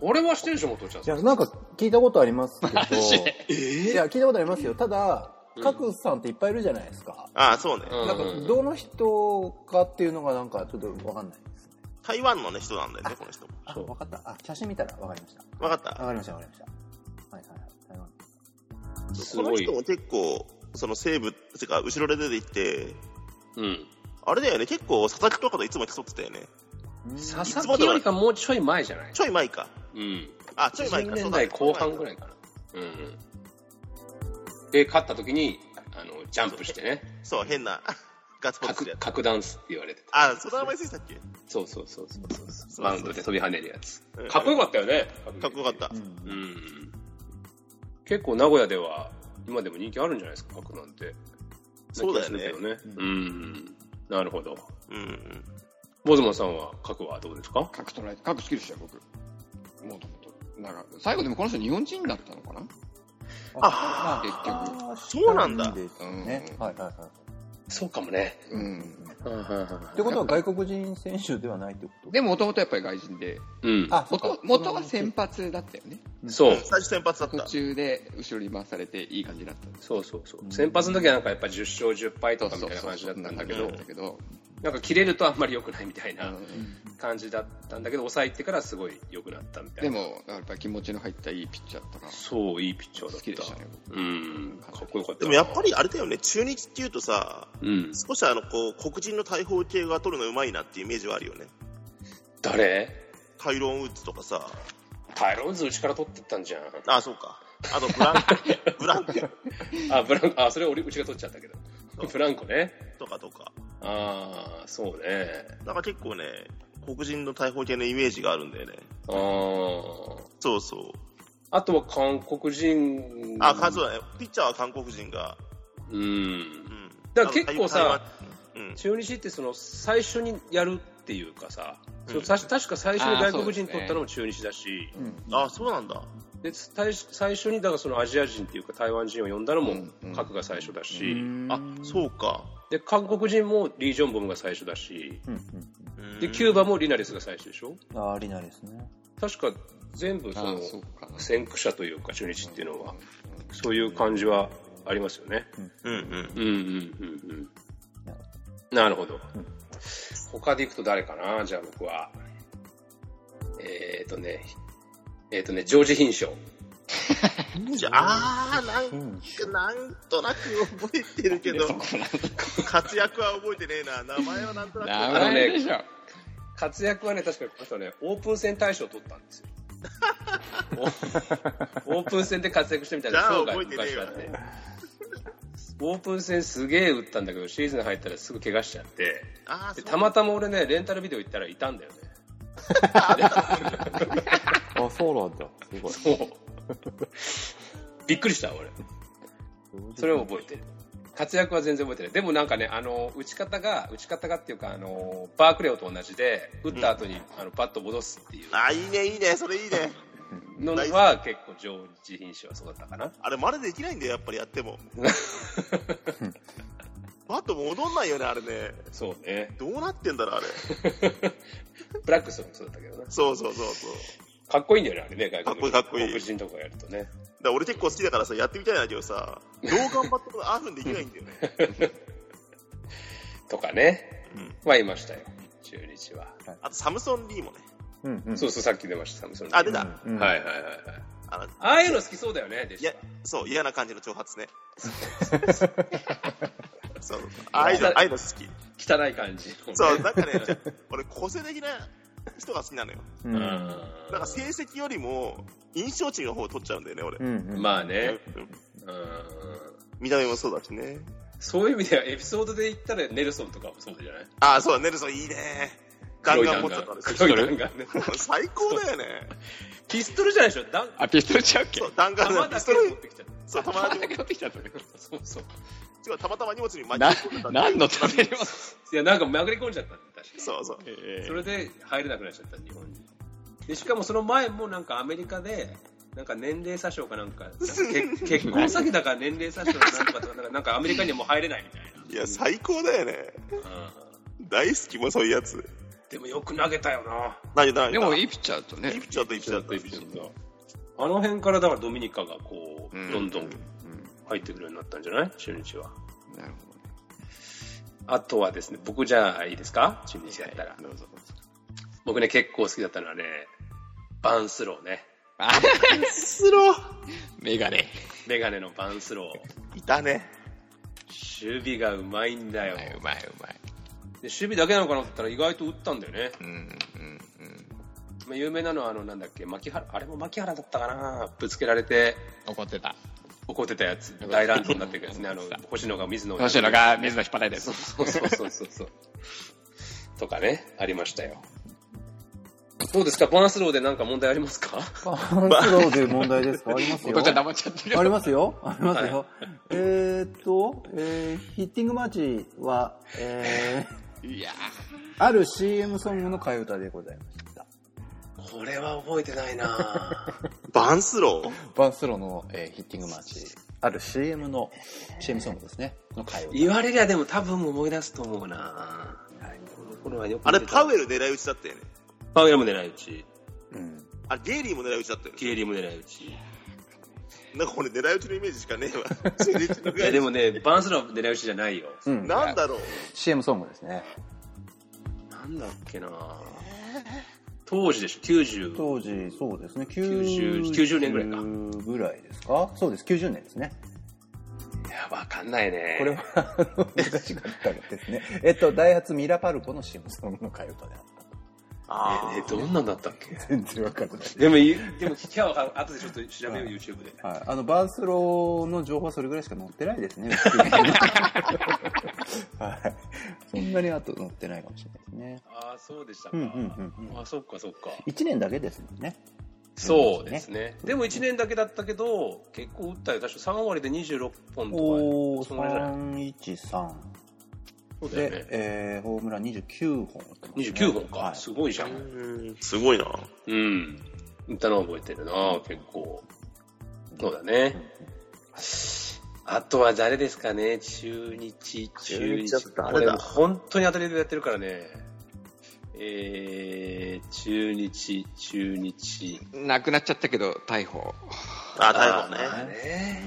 Speaker 2: 俺はしてるでしょ、元ちゃん
Speaker 4: い。や、なんか聞いたことありますけど、いや、聞いたことありますよ。ただ、各さんっていっぱいいるじゃないですか
Speaker 5: う。。ああ、そうね。
Speaker 2: うん
Speaker 4: なんか、どの人かっていうのがなんかちょっとわかんないですね。
Speaker 5: 台湾のね、人なんだよね、この人も。
Speaker 4: あ、わかった。あ、写真見たらわかりました。
Speaker 5: わかっ
Speaker 4: わ
Speaker 5: た
Speaker 4: かりました、わかりました。はいはいはい台湾。
Speaker 2: す
Speaker 5: こ
Speaker 2: ご
Speaker 5: の
Speaker 2: い
Speaker 5: 人。も結構、その西部、てか、後ろで出て行って、
Speaker 2: うん。
Speaker 5: あれだよね、結構、佐々木とかといつも競ってたよね。
Speaker 2: 佐々木よりかもうちょい前じゃない
Speaker 5: ちょい前か。
Speaker 2: うん。
Speaker 5: あ、ちょい前
Speaker 2: 10
Speaker 5: か。そ
Speaker 2: 年
Speaker 5: うだ
Speaker 2: 代後半ぐらいかな。うんうん。で、勝った時に、あの、ジャンプしてね、
Speaker 5: そう、変な、 ガッツポーズす
Speaker 2: 核
Speaker 5: るやつ。
Speaker 2: 核ダンスって言われてた。
Speaker 5: あ、その名前ついてたっけ
Speaker 2: そうそうそうそうそうそう
Speaker 5: そう
Speaker 2: マウンドで飛び跳ねるやつ
Speaker 5: うん。
Speaker 2: かっこよかったよね。
Speaker 5: かっこよかった
Speaker 4: う。ん
Speaker 2: うん。結構名古屋では、今でも人気あるんじゃないですか、核なんて。
Speaker 5: そうだよね
Speaker 2: な気がするけどねうん。なるほど。
Speaker 5: うんうん。
Speaker 2: ボズマンさんは、核はどうですか
Speaker 3: 角取られて、角好きでしたよ、僕。もともと。だから、最後でもこの人日本人だったのかな
Speaker 4: あ
Speaker 3: 結
Speaker 4: まあ
Speaker 5: そうなんだ
Speaker 4: ですね。はいはいはい。
Speaker 2: そうかもね。
Speaker 3: うん。
Speaker 4: ってことは外国人選手ではないってこと
Speaker 3: でももともとやっぱり外人で、
Speaker 2: うん。
Speaker 4: あ、そっか
Speaker 3: 元元は先発だったよね。
Speaker 2: そう。
Speaker 5: 最初先発だっ
Speaker 3: 途
Speaker 5: た。
Speaker 3: 中で後ろに回されていい感じだったんです
Speaker 2: そうそうそう。先発の時はなんかやっぱ10勝10敗とかみたいな感じだったんだけど、なんか切れるとあんまり良くないみたいな感じだったんだけど、抑えてからすごい良くなったみたい
Speaker 3: で
Speaker 2: な。、
Speaker 3: も、やっぱり気持ちの入ったいいピッチャーだったから、
Speaker 2: そう、いいピッチャーだ
Speaker 3: 好きで
Speaker 2: っ
Speaker 3: した
Speaker 2: た。
Speaker 3: ね。
Speaker 2: うん。かっこよかった。
Speaker 5: でもやっぱりあれだよね、中日っていうとさ、
Speaker 2: うん。
Speaker 5: 少しあの、こう、黒人の大砲系が取るのうまいなっていうイメージはあるよね。
Speaker 2: 誰
Speaker 5: カイロン・ウッズとかさ、
Speaker 2: タイロンズうちから取ってったんじゃん。
Speaker 5: あ、そうか。あと、ブ ラン、ブランケ
Speaker 2: あ、ブランコ、あ、それ俺うちが取っちゃったけど。ブランコね。
Speaker 5: とかとか。
Speaker 2: ああ、そうね。
Speaker 5: なんか結構ね、黒人の大砲系のイメージがあるんだよね。
Speaker 2: ああ。
Speaker 5: そうそう。
Speaker 2: あとは韓国人。
Speaker 5: あ、かそうだね。ピッチャーは韓国人が。
Speaker 2: うん
Speaker 5: う。ん。
Speaker 2: だから結構さ
Speaker 5: 台湾、うん。
Speaker 2: 中日ってその最初にやるっていうかさ、
Speaker 5: うん
Speaker 2: そのさし確か最初に外国人
Speaker 3: あーそうですね
Speaker 2: 取ったのも中日だし、
Speaker 5: あ、そうなんだ。
Speaker 2: で最最初にだからそのアジア人っていうか台湾人を呼んだのも
Speaker 3: うんうん
Speaker 2: 核が最初だし、
Speaker 5: あ、そうか。
Speaker 2: で韓国人もリー・ジョンボムが最初だし、
Speaker 4: うん
Speaker 2: でキュー
Speaker 5: バ。
Speaker 2: バもリナレスが最初でしょ
Speaker 4: うん。あー、リナですね。
Speaker 2: 確か全部そ
Speaker 3: あ
Speaker 2: の
Speaker 3: あ、そうか。
Speaker 2: 先駆者というか中日っていうのはそういう感じはありますよね。
Speaker 5: うんう
Speaker 2: う
Speaker 5: ん。
Speaker 2: んうんうんうん。なるほど。他でいくと誰かなじゃあ僕は。えっ、ー、とね、えっ、ー、とね、ジョージ・ヒンショー。
Speaker 5: じゃあ、あーなん
Speaker 4: うん
Speaker 5: なんとなく覚えてる けど、活躍は覚えてねえな。名前はなんとなく。
Speaker 3: ダメでしょ。
Speaker 2: 活躍はね、確かこの人ね、オープン戦大賞を取ったん ですよ。おオープン戦で活躍してみたいな
Speaker 5: じゃあ
Speaker 2: 生涯
Speaker 5: 覚えてねえ
Speaker 2: 昔
Speaker 5: わ
Speaker 2: あって。オープン戦すげえ打ったんだけど、シーズン入ったらすぐ怪我しちゃって、
Speaker 5: あー、
Speaker 2: で
Speaker 5: そう
Speaker 2: たまたま俺ね、レンタルビデオ行ったらいたんだよね。
Speaker 4: あ、そうなんだ。すごい。
Speaker 2: そう。びっくりした、俺。それを覚えてる。活躍は全然覚えてない。でもなんかね、あの、打ち方が、打ち方がっていうか、あの、バークレオと同じで、打った後に、あの、バット戻すってい
Speaker 5: あー、いいね、いいね、それいいね。
Speaker 2: うのは、結構、ジョージ品種はそうだったかな。
Speaker 5: あれ、まだできないんだよ、やっぱりやっても。バット戻んないよね、あれね。
Speaker 2: そうね。
Speaker 5: どうなってんだろう、あれ。
Speaker 2: ブラックスもそうだったけどな。
Speaker 5: そうそうそうそう。
Speaker 2: かっこいいんだよね、あれね、外国人。
Speaker 5: かっこいいかっこい
Speaker 2: 黒
Speaker 5: い
Speaker 2: 人とかやるとね。
Speaker 5: だから俺結構好きだからさ、やってみたいんだけどさ、どう頑張ってもあるんできないんだよね。
Speaker 2: とかね。
Speaker 5: うん
Speaker 2: はいましたよ。中日は。
Speaker 5: あと、サムソン・リーもね。
Speaker 4: うんうん。
Speaker 2: そうそう、さっき出ました、サムソン。
Speaker 5: あ、出た。
Speaker 4: うん
Speaker 2: はいはいはいはい。
Speaker 5: あの、
Speaker 2: ああいうの好きそうだよね、で
Speaker 5: いや、そう、嫌な感じの 挑発ね。そう、ああいうの、ああいうの好き。
Speaker 2: 汚い感じ。
Speaker 5: そう、 なんかね、じゃ俺、個性的な人が好きなのよ。
Speaker 4: う
Speaker 2: うんん。
Speaker 5: だから成績よりも、印象値の方を取っちゃうんだよね、俺。
Speaker 4: うんうん。
Speaker 2: まあね。
Speaker 5: う
Speaker 2: う
Speaker 5: ん
Speaker 2: ん。
Speaker 5: 見た目もそうだしね。
Speaker 2: そういう意味では、エピソードで言ったら、ネルソンとかもそうじゃない
Speaker 5: ああ、そうだ、ネルソンいいね。ガンガン持っちゃったんです
Speaker 2: 黒い弾丸ね。
Speaker 5: 最高だよ ね。
Speaker 2: ピストルじゃないでしょ。弾
Speaker 3: あ、ピストルちゃうっけ
Speaker 5: そう、弾丸
Speaker 2: 弾
Speaker 5: の
Speaker 2: だ
Speaker 5: ピスト
Speaker 2: け持っ
Speaker 5: ル、
Speaker 2: てきちゃっ
Speaker 5: そう、たま
Speaker 3: 弾
Speaker 5: に、
Speaker 3: がってきたの
Speaker 2: た。そうそう。
Speaker 5: 違うたまたま荷物に巻
Speaker 3: な
Speaker 5: き込んでた、んだよ
Speaker 3: 何のためにも。
Speaker 2: いや、なんかまぐれ込んじゃったんだよ確かに。
Speaker 5: そうそう。
Speaker 3: え
Speaker 2: それで入れなくなっちゃった、日本に。で、しかもその前もなんかアメリカで、なんか年齢詐称かなんか、なんか結結婚詐欺だから年齢詐称なんとかとか、なんかなんかアメリカにはもう入れないみたい
Speaker 5: いや、最高だよね。
Speaker 2: な。うん
Speaker 5: 大好きもうそういうやつ。
Speaker 2: でもよく投げたよな。
Speaker 5: 何だ、
Speaker 3: えでも、いいピッチャーだと
Speaker 5: いい
Speaker 3: ね
Speaker 5: ピ。ッチャーだ、いいピッチャーだ。
Speaker 2: あの辺からだからドミニカがこ
Speaker 3: うん
Speaker 2: う、どんどん入ってくるようになったんじゃない中日は。
Speaker 3: なるほ
Speaker 2: あとはですね、僕じゃあいいですか中日やったら。
Speaker 3: ど。どうぞどうぞ。
Speaker 2: 僕ね、結構好きだったのはね、バンスローね。
Speaker 3: あ、
Speaker 5: スロ
Speaker 3: メガネ。
Speaker 2: メガネのバンスロ
Speaker 5: いたね。
Speaker 2: ー。守備がうまいんだ
Speaker 3: う
Speaker 2: よ
Speaker 3: ま。いうまいうまい。
Speaker 2: で守備だけなのかなと思ったら意外と打ったんだよね、
Speaker 3: うんうんうん。
Speaker 2: まあ、有名なのはあのなんだっけ牧原あれも牧原だったかなぶつけられて
Speaker 3: 怒ってた。
Speaker 2: 怒ってたやつ大乱闘になってるやつねあの星野が水野を
Speaker 3: 星野が水野引っ張られたや
Speaker 2: そ
Speaker 3: つ
Speaker 2: う。そうそうそうそうそうとかねありましたよどうですかバンスローで何か問題あります か
Speaker 4: バランスローという問題ですかありますよ
Speaker 3: お父ちゃん黙っちゃってる
Speaker 4: あり
Speaker 3: よ。
Speaker 4: ますよ。ありますよ。えーっと、えーヒッティングマーチは、えー
Speaker 3: いや
Speaker 4: ある CM ソングの替え歌でございました。
Speaker 2: これは覚えてないなぁ
Speaker 5: バンスロー
Speaker 4: バンスローの、えーヒッティングマーチ、ある CM の、CM ソングですね、の替え歌。
Speaker 2: 言われりゃでも多分思い出すと思うなぁ、はい、この頃はよく
Speaker 5: あれ、パウエ
Speaker 2: ル
Speaker 5: ル狙い撃ちだったよね。
Speaker 2: パウエルも狙い撃ち
Speaker 4: うん。
Speaker 5: あれ、ゲイリーも狙い撃ちだったよね。
Speaker 2: ケイリーも狙い撃ち
Speaker 5: なんかこれ狙い撃ちのイメージしかねえわ。中日の
Speaker 2: いやでもね、バンスロー狙い撃ちじゃないよ。
Speaker 4: うん。
Speaker 5: なんだろう。
Speaker 4: CM ソングですね。
Speaker 2: なんだっけな当時でしょ、90。
Speaker 4: 当時、そうですね、
Speaker 2: 90 90年ぐらいか
Speaker 4: ぐらいですかそうです、90年ですね。
Speaker 2: いや、わかんないね。
Speaker 4: これは、あの昔からですね。えっと、ダイハツミラパルコの CM ソングの替え歌であった。
Speaker 5: あ
Speaker 2: え、えどんなんだったっけ
Speaker 4: 全然わかんない。
Speaker 2: でも、いでも聞きゃわかる。後でちょっと調べよう、
Speaker 4: はい
Speaker 2: YouTube で。
Speaker 4: はい、あのバースローの情報はそれぐらいしか載ってないですね。はい、そんなにあと載ってないかもしれないですね。
Speaker 2: ああ、そうでしたか。
Speaker 4: うんうんうんうん。
Speaker 2: あそっかそっか。
Speaker 4: 1年だけですもんね。
Speaker 2: そうですね。でも1年だけだったけど、結構打ったよ。確か3割で26本とか。
Speaker 4: お
Speaker 2: そんぐらいじゃない
Speaker 4: ー、313。
Speaker 2: そうだよ
Speaker 4: で
Speaker 2: ね、。
Speaker 4: えー、ホームラン29本打ってますね、
Speaker 2: 29本か。
Speaker 4: はい
Speaker 2: すごいじゃん。
Speaker 5: ーすごいな。
Speaker 2: うん。歌ったの覚えてるな、結構。そうだね。あとは誰ですかね、中日、中
Speaker 5: 中日
Speaker 2: 日
Speaker 5: だっ。た誰
Speaker 2: これ
Speaker 5: だ
Speaker 2: 本当に当たりでやってるからね。えー、中日、中日。
Speaker 3: なくなっちゃったけど、逮捕。
Speaker 5: あ、逮捕
Speaker 2: まあ
Speaker 5: ね。
Speaker 2: ね。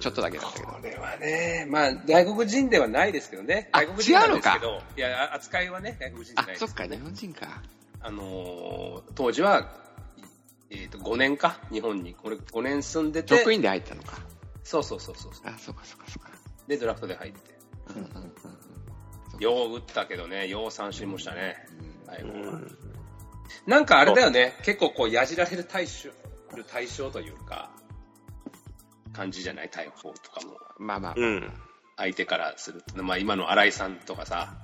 Speaker 3: ちょっとだけだったけど
Speaker 2: こ。れはね、まあ、外国人ではないですけどね。
Speaker 3: あ
Speaker 2: 外国人なん
Speaker 3: 違うのか
Speaker 2: ですけど、いや、あ扱いはね、外国人じゃ
Speaker 3: あ
Speaker 2: ない、で
Speaker 3: そ
Speaker 2: す
Speaker 3: っ
Speaker 2: け
Speaker 3: か、
Speaker 2: どね
Speaker 3: 日本人か。
Speaker 2: あのー当時は、えー、と5年か日本にこれ5年住んでて
Speaker 3: 職員で入ったのか。
Speaker 2: そうそうそうそう
Speaker 3: あ、そっかそっかそっか。
Speaker 2: でドラフトで入って
Speaker 3: うんうんうん
Speaker 2: よう打ったけどねよう三振もしたね、最後は
Speaker 5: うん
Speaker 2: なんかあれだよね結構こうやじられる対象る対象というか感じじゃない逮捕とかも
Speaker 3: まあまあ。
Speaker 5: う
Speaker 3: うん
Speaker 5: ん。
Speaker 2: 相手からすると、まあ、今の新井さんとかさ、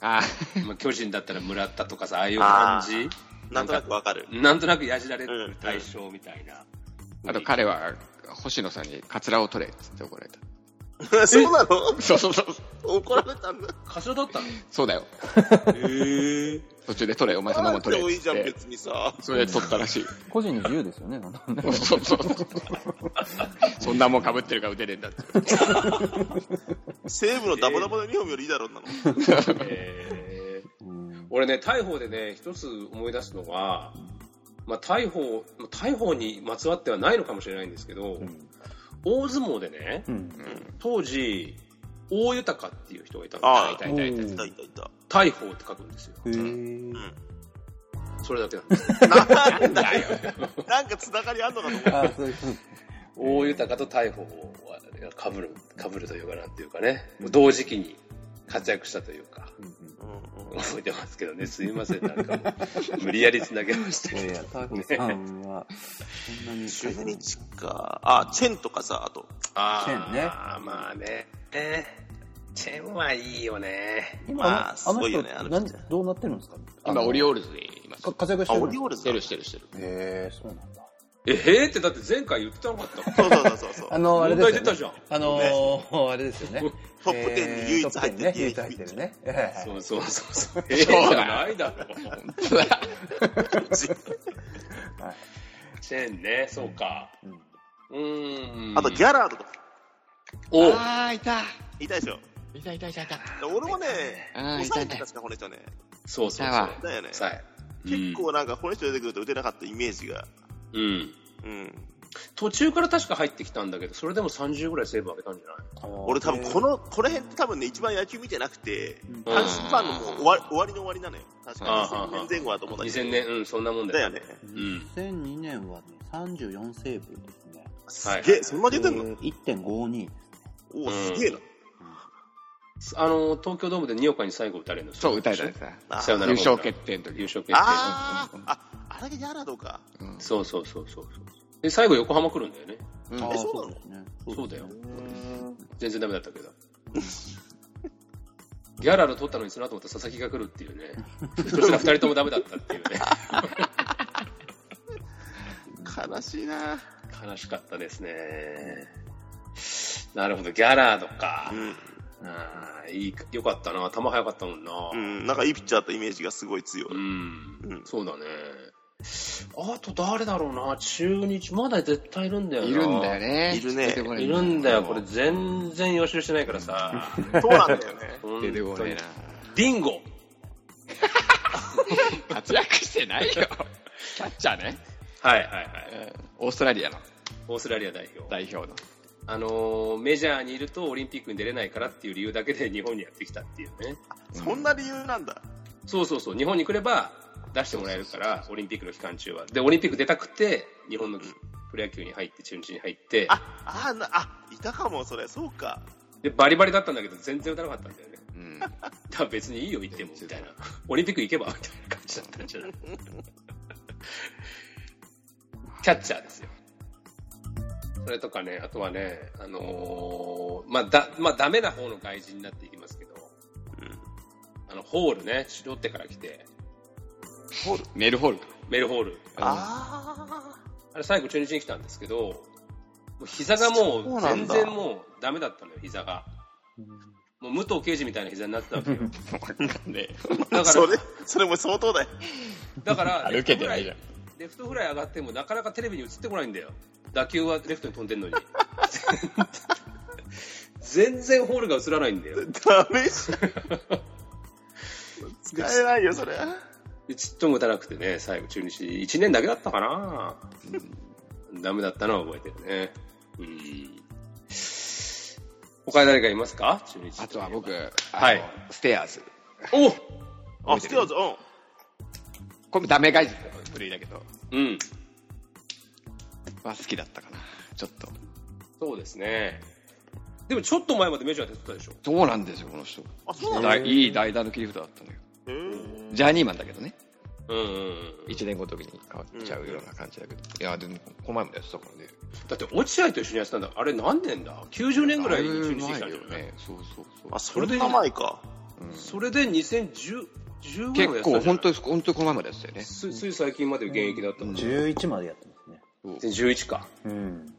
Speaker 3: あ、
Speaker 2: まあ、巨人だったら村田とかさああいう感じ
Speaker 5: なんとなくわかる。
Speaker 2: なんとなくやじられる対象みたいな、
Speaker 3: あと彼は、星野さんにカツラを取れって言って怒られた。
Speaker 5: そうなの
Speaker 3: そうそうそう。
Speaker 5: 怒られたんだ。
Speaker 2: 頭だったの
Speaker 3: そうだよ。
Speaker 5: へえ。
Speaker 3: 途中で取れ、お前そんなも
Speaker 5: あ
Speaker 3: ん取
Speaker 5: で
Speaker 3: れ。
Speaker 5: もいいじゃん、
Speaker 3: つって
Speaker 5: 別にさ。
Speaker 3: それで取ったらしい。
Speaker 4: 個人の自由ですよね、なんかね
Speaker 3: そうそうそう。そんなもん被ってるから打てねえんだって。
Speaker 5: 西武のダボダボのユニフォームよりいいだろうなの。
Speaker 2: えー
Speaker 4: うん
Speaker 2: 俺ね、大砲でね、一つ思い出すのが、まあ、大砲、大砲にまつわってはないのかもしれないんですけど、
Speaker 4: うん
Speaker 2: 大相撲でね、
Speaker 4: うん
Speaker 2: 当時、大豊っていう人がいた
Speaker 5: ああ
Speaker 2: の。いたいたいたい
Speaker 4: うん
Speaker 5: いたいたいた。
Speaker 2: た。大砲って書くんですよ。
Speaker 4: へー
Speaker 2: それだけなんです。
Speaker 5: なんだよ。なんかつながりあんのかと思った。
Speaker 4: あそういうこと
Speaker 2: 大豊と大砲はかぶる、かぶるというかなんていうかね、もう同時期に活躍したというか、覚えてますけどね、すいません、なんかもう無理やりつなげました
Speaker 4: いやい
Speaker 2: け
Speaker 4: や、
Speaker 2: ど。
Speaker 4: タコさんは、そんな に
Speaker 5: 中日か。あ、チェンとかさ、あと。
Speaker 4: チェーンね
Speaker 2: あーまあね。ねチェーンはいいよね。
Speaker 4: 今、
Speaker 5: まあ
Speaker 4: あ
Speaker 5: す
Speaker 4: の
Speaker 5: ごいよ
Speaker 4: 人、
Speaker 5: ねあの
Speaker 4: なん
Speaker 5: 人
Speaker 4: どうなってるんですか
Speaker 3: 今、オリ
Speaker 4: オ
Speaker 3: オールズにいます。
Speaker 4: 活躍し
Speaker 5: あ、
Speaker 4: てる
Speaker 5: オリオール
Speaker 3: し
Speaker 5: ズ
Speaker 3: て
Speaker 5: だ
Speaker 3: るしてるしてる。
Speaker 4: へえ、そうなんだ。
Speaker 2: え、へーってだって前回言ってたのかった。
Speaker 5: そうそうそうそう。
Speaker 4: あの、あれ
Speaker 2: 問
Speaker 4: で
Speaker 2: 題
Speaker 4: す
Speaker 2: 出
Speaker 4: よ、
Speaker 2: た
Speaker 4: ね。
Speaker 2: じゃん。
Speaker 4: あのー、 あれですよね。
Speaker 5: トップ10に唯一入ってる
Speaker 4: えートップ10ね唯一入ってるね。はいはい
Speaker 2: そうそうそうそう。へーじゃないだろ。チェーンね、そうか。うーん。
Speaker 5: あと、ギャラードとか。
Speaker 2: お
Speaker 3: あー、いた。
Speaker 5: いたでしょ。
Speaker 3: いたいたいたいた。
Speaker 5: 俺もね、
Speaker 3: あー
Speaker 5: 抑え
Speaker 3: いた
Speaker 5: て
Speaker 3: ね
Speaker 5: 確かこの人ね。
Speaker 2: そうそう
Speaker 3: いた
Speaker 2: そう
Speaker 3: わ。
Speaker 5: だよね。
Speaker 2: さえ。
Speaker 5: 結構なんか、この人出てくると打てなかったイメージが。
Speaker 2: うん。
Speaker 5: うん。
Speaker 2: 途中から確か入ってきたんだけど、それでも30ぐらいセーブ上げたんじゃない
Speaker 5: 俺多分この、この辺って多分ね、一番野球見てなくて、
Speaker 2: うん
Speaker 5: 阪神ファンのもう終わり終わりの終わりなのよ。確
Speaker 2: あ
Speaker 5: か
Speaker 2: ー
Speaker 5: 2000年前後だと思うんだけど。
Speaker 2: 2000年、うん、そんなもん
Speaker 5: だ
Speaker 2: だ
Speaker 5: よ
Speaker 2: よ。
Speaker 5: ね。
Speaker 2: ん
Speaker 4: 2002年はね、34セーブですね。
Speaker 5: すげえ、そんな出てんの
Speaker 4: えー1.52。
Speaker 5: おお、すげえな。
Speaker 2: あの、東京ドームで二岡に最後打たれるの。
Speaker 3: そう、歌えた
Speaker 2: で
Speaker 3: や
Speaker 2: し
Speaker 3: つだ。
Speaker 5: あー
Speaker 2: さよな
Speaker 3: 優
Speaker 2: らホームラン
Speaker 3: 勝決定の
Speaker 2: 優
Speaker 3: 時。
Speaker 2: 勝決定。
Speaker 5: あー、あ、あれがギャラドか。
Speaker 3: うん
Speaker 2: そうそうそうそうそう。で、最後横浜来るんだよね。
Speaker 3: うん
Speaker 4: あー
Speaker 5: えそうなの
Speaker 4: ですね。
Speaker 2: そうだよ
Speaker 4: ね。
Speaker 2: 全然ダメだったけど。ギャラル取ったのにその後また佐々木が来るっていうね。そしたら二人ともダメだったっていうね。
Speaker 5: 悲しいな。
Speaker 2: 悲しかったですね。なるほど、ギャラードか。
Speaker 5: う
Speaker 2: ああ、いい、よかったな。球早かったもんな。
Speaker 5: ん。うん。なんかいいピッチャーだったイメージがすごい強い。
Speaker 2: うん。
Speaker 5: うん
Speaker 2: そうだね。あと誰だろうな。中日、まだ絶対いるんだよな。
Speaker 3: いるんだよね。
Speaker 5: いるね
Speaker 3: 出てこない
Speaker 2: いるんだよ。これ全然予習してないからさ。
Speaker 5: そうなんだよね。
Speaker 3: 出てこねえ
Speaker 2: 本
Speaker 3: な。
Speaker 2: 当にディンゴ。
Speaker 3: 活躍してないよ。キャッチャーね。
Speaker 2: はいはいは
Speaker 3: う
Speaker 2: い。
Speaker 3: んオーストラリアの
Speaker 2: オーストラリア代表。
Speaker 3: 代表の。
Speaker 2: あのーメジャーにいるとオリンピックに出れないからっていう理由だけで日本にやってきたっていうね。
Speaker 5: そんな理由なんだ。
Speaker 2: そうそうそう。日本に来れば出してもらえるから、オリンピックの期間中は。で、オリンピック出たくて、日本のプロ野球に入って、中日に入って、
Speaker 5: あ、あ、なあ、いたかも、それ。そうか。
Speaker 2: で、バリバリだったんだけど、全然打たなかったんだよね。
Speaker 3: うん
Speaker 2: だから別にいいよ、行っても、みたいな。オリンピック行けば、みたいな感じだったんじゃないキャッチャーですよ。それとかね、あとはね、あのーまあ、だ、まあ、ダメな方の外人になっていきますけど、あの、ホールね、ロッテから来て、
Speaker 3: メルホルか。
Speaker 2: メルホール。あ
Speaker 5: あ
Speaker 2: れ最後中日に来たんですけど、もう膝がも
Speaker 5: そう
Speaker 2: う、
Speaker 5: な
Speaker 2: 全
Speaker 5: んだ
Speaker 2: 然もうダメだったのよ、膝が。もう武藤刑事みたいな膝になってたわけ よ。
Speaker 3: ね
Speaker 2: だ
Speaker 5: あ。
Speaker 2: か
Speaker 5: そ
Speaker 2: ら
Speaker 5: れ、、それも相当だよ。
Speaker 2: だから、
Speaker 3: 歩けてないじゃん。
Speaker 2: レフトフライ上がってもなかなかテレビに映ってこないんだよ。打球はレフトに飛んでんのに。 全然ホールが映らないんだよ。
Speaker 5: ダメじゃん。使えないよ、それ。
Speaker 2: でちっとも打たなくてね、最後中日1年だけだったかな。ダメだったのは覚えてるね。うん。他に誰かいますか中日。
Speaker 3: あとは僕、
Speaker 2: は
Speaker 3: はいい。ステアーズ。
Speaker 2: お
Speaker 5: あ、ステアーズ、うん。
Speaker 3: これもダメ外人だよ部類だけど。
Speaker 2: うん。
Speaker 3: まあ好きだったかな。ちょっと。
Speaker 2: そうですね。でもちょっと前までメジャーでやってたでしょ。
Speaker 3: そうなんですよ、この人。
Speaker 5: あ、そうなんだ。
Speaker 3: だいい代打の切り札だったのよ。
Speaker 5: へー
Speaker 3: ジャーニーマンだけどね。
Speaker 2: うんうんうん。
Speaker 3: 1年後の時に変わっちゃうような感じだけど。いや、でも、この前もやってたからね。
Speaker 2: だって落合と一緒にやってたんだ。あれ何年だ ?90 年ぐらいに中日に来
Speaker 3: だ
Speaker 2: たん
Speaker 3: い
Speaker 2: だ
Speaker 3: ぶ
Speaker 2: よ
Speaker 3: 前
Speaker 2: ね。
Speaker 3: よ。そうそうそう。
Speaker 5: あ、それで甘いか。
Speaker 2: それで2010、10ぐらいまでやってた
Speaker 3: 結構、
Speaker 2: んじゃない
Speaker 3: 本当です、本当にこの前までやってたよね。
Speaker 2: つつい最近まで現役だったの。
Speaker 4: 11までやってますね。
Speaker 2: 11か。
Speaker 4: うん。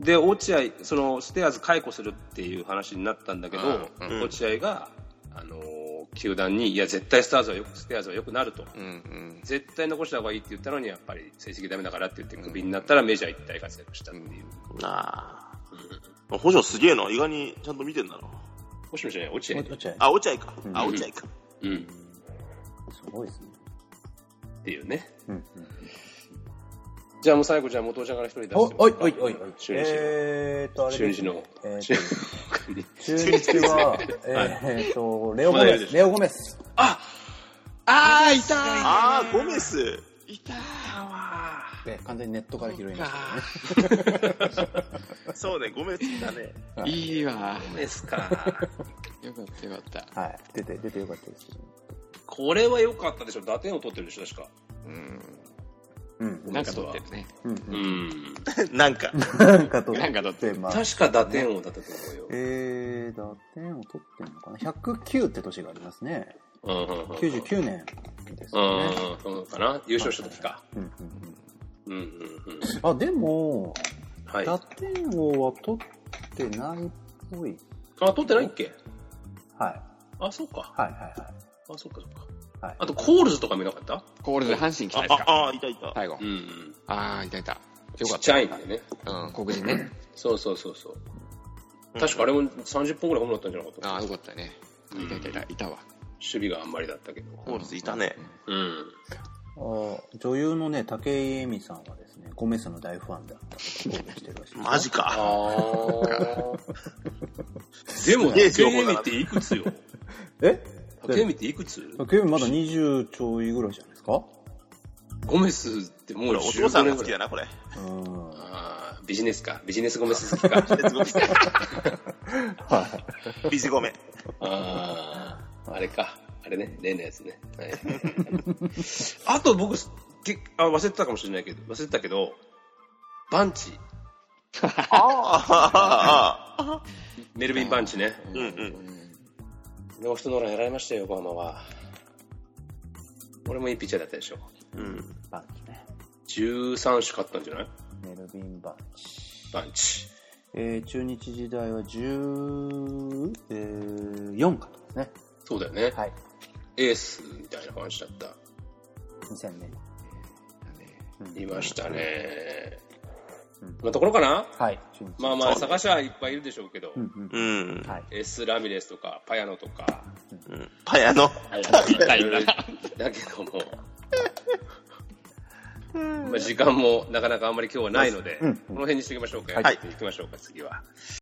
Speaker 2: で、落合、その、ステアーズ解雇するっていう話になったんだけど、
Speaker 5: んうん
Speaker 2: 落合が、あのー球団に、いや、絶対スターズはよく、ステアーズは良くなると。
Speaker 3: うんうん。
Speaker 2: 絶対残した方がいいって言ったのに、やっぱり成績ダメだからって言ってクビになったらメジャー一体活躍したっていう。
Speaker 5: なあ。補助すげえな。意外にちゃんと見てんだな。
Speaker 2: もしもしね、落合。
Speaker 4: 落合
Speaker 5: あ、落合か。あ、
Speaker 2: うん
Speaker 5: 落合か。
Speaker 2: うん。
Speaker 4: すごいですね。
Speaker 2: っていうね。
Speaker 4: うん
Speaker 2: じゃあもう最後、じゃあ元尾ちゃんから一人出して
Speaker 4: お、おい、おい、
Speaker 2: い。
Speaker 4: おい、おい。
Speaker 2: 中日の
Speaker 4: えーっと、あれ
Speaker 2: 中
Speaker 4: です
Speaker 2: 日
Speaker 4: ね。
Speaker 2: の。
Speaker 4: えー
Speaker 2: 中
Speaker 4: っ
Speaker 2: 日の
Speaker 4: と中日は、えーっと、レオ・ゴ
Speaker 2: まだいる
Speaker 4: メ
Speaker 2: でし
Speaker 4: ス。レオ・ゴメス。
Speaker 3: あー、いたー
Speaker 5: あー、ゴメス。いた
Speaker 4: ね完全にネットから拾いましたけどね。
Speaker 5: ー。そうね、ゴメスだね。
Speaker 3: いいわ
Speaker 2: ですか。
Speaker 3: ー。よかったよかった。
Speaker 4: はい。出て、出てよかったですけどね。
Speaker 2: これは良かったでしょ。打点を取ってるでしょ、確か。
Speaker 3: うん。
Speaker 4: うん。
Speaker 3: なんか撮ってるね。
Speaker 4: うん
Speaker 2: う
Speaker 4: うん
Speaker 2: ん。
Speaker 5: なんか。
Speaker 4: なんかと
Speaker 3: なんか撮っ
Speaker 4: っててます。
Speaker 2: 確か打点王だったと思うよ。
Speaker 4: えー、打点を取ってんのかな ?109 って年がありますね。
Speaker 2: うんうんうん
Speaker 4: 99年です
Speaker 2: う
Speaker 4: よね。
Speaker 2: ん、そうかな。優勝した時か。
Speaker 4: うんうんうん
Speaker 2: うんうんうん。
Speaker 4: あ、でも、
Speaker 2: はい。
Speaker 4: 打
Speaker 2: あ、
Speaker 4: 点王は取ってないっぽい。
Speaker 2: 取ってないっけ
Speaker 4: はい。
Speaker 2: あ、そうか。
Speaker 4: はいはいはい。
Speaker 2: あ、そうかそうか。
Speaker 4: はい
Speaker 2: あと、コールズとか見なかった
Speaker 3: コールズ、阪神来た
Speaker 5: あ
Speaker 3: ですか
Speaker 5: あ、あーいたいた。
Speaker 3: 最後
Speaker 2: うん。うん。
Speaker 3: あー、いたいた。よ
Speaker 2: ち
Speaker 3: か
Speaker 2: っ
Speaker 3: っ
Speaker 2: ち
Speaker 3: た。
Speaker 2: ゃいんだよね。
Speaker 3: うん、黒人ね。
Speaker 2: そうそうそうそう。確かあれも30本ぐらいホームランだったんじゃなかった
Speaker 3: あー、よかったね。いたいたいた、いたわ。
Speaker 2: 守備があんまりだったけど。
Speaker 5: コールズいたね。
Speaker 2: うん。
Speaker 4: あ女優のね、武井絵美さんはですね、ゴメスの大ファンだったと報告してるらしいです。
Speaker 5: マジ
Speaker 2: あ
Speaker 5: か。
Speaker 2: ー。でも、
Speaker 5: すげえ
Speaker 2: 竹
Speaker 5: 情報
Speaker 2: 海
Speaker 5: だな
Speaker 2: っていくつよ。
Speaker 4: え
Speaker 2: 竹海っていくつ
Speaker 4: 武井絵美まだ20ちょいぐらいじゃないですか
Speaker 2: ゴメスってもう
Speaker 5: お父さんが好きだ
Speaker 2: な。
Speaker 5: な、これ。
Speaker 4: うん。はい。
Speaker 2: あービジネスか。ビジネスゴメス好きか。
Speaker 5: 別ゴメビジゴメ。
Speaker 2: ああ、あれか。あれね、例のやつね。はい、 あと僕けあ、忘れてたかもしれないけど、忘れてたけど、バンチ、
Speaker 5: ああ、ああ、
Speaker 2: メルビン・バンチね。
Speaker 5: うんうん。
Speaker 2: ノーヒットノーランやられましたよ、横浜は。俺もいいピッチャーだったでしょ。
Speaker 5: うん。
Speaker 4: バンチね。
Speaker 2: 13種勝ったんじゃない
Speaker 4: メルビンバンチ。
Speaker 2: バンチ。
Speaker 4: えー、中日時代は14、えー、4かとですね。
Speaker 2: そうだよね。
Speaker 4: はい。
Speaker 2: エースみたいな感じだった。
Speaker 4: 2000年。
Speaker 2: いましたね
Speaker 4: うん。
Speaker 2: のところかな
Speaker 4: はい。中日。
Speaker 2: まあまあ、探しはいっぱいいるでしょうけど
Speaker 4: う、んうん。
Speaker 5: うん。
Speaker 4: はい。
Speaker 2: エス・ラミレスとか、パヤノとか、
Speaker 5: うんパヤの。
Speaker 2: だけども、まあ時間もなかなかあんまり今日はないので、
Speaker 4: うん
Speaker 2: この辺にしておきましょうか。
Speaker 5: はい
Speaker 2: 行きましょうか、次は。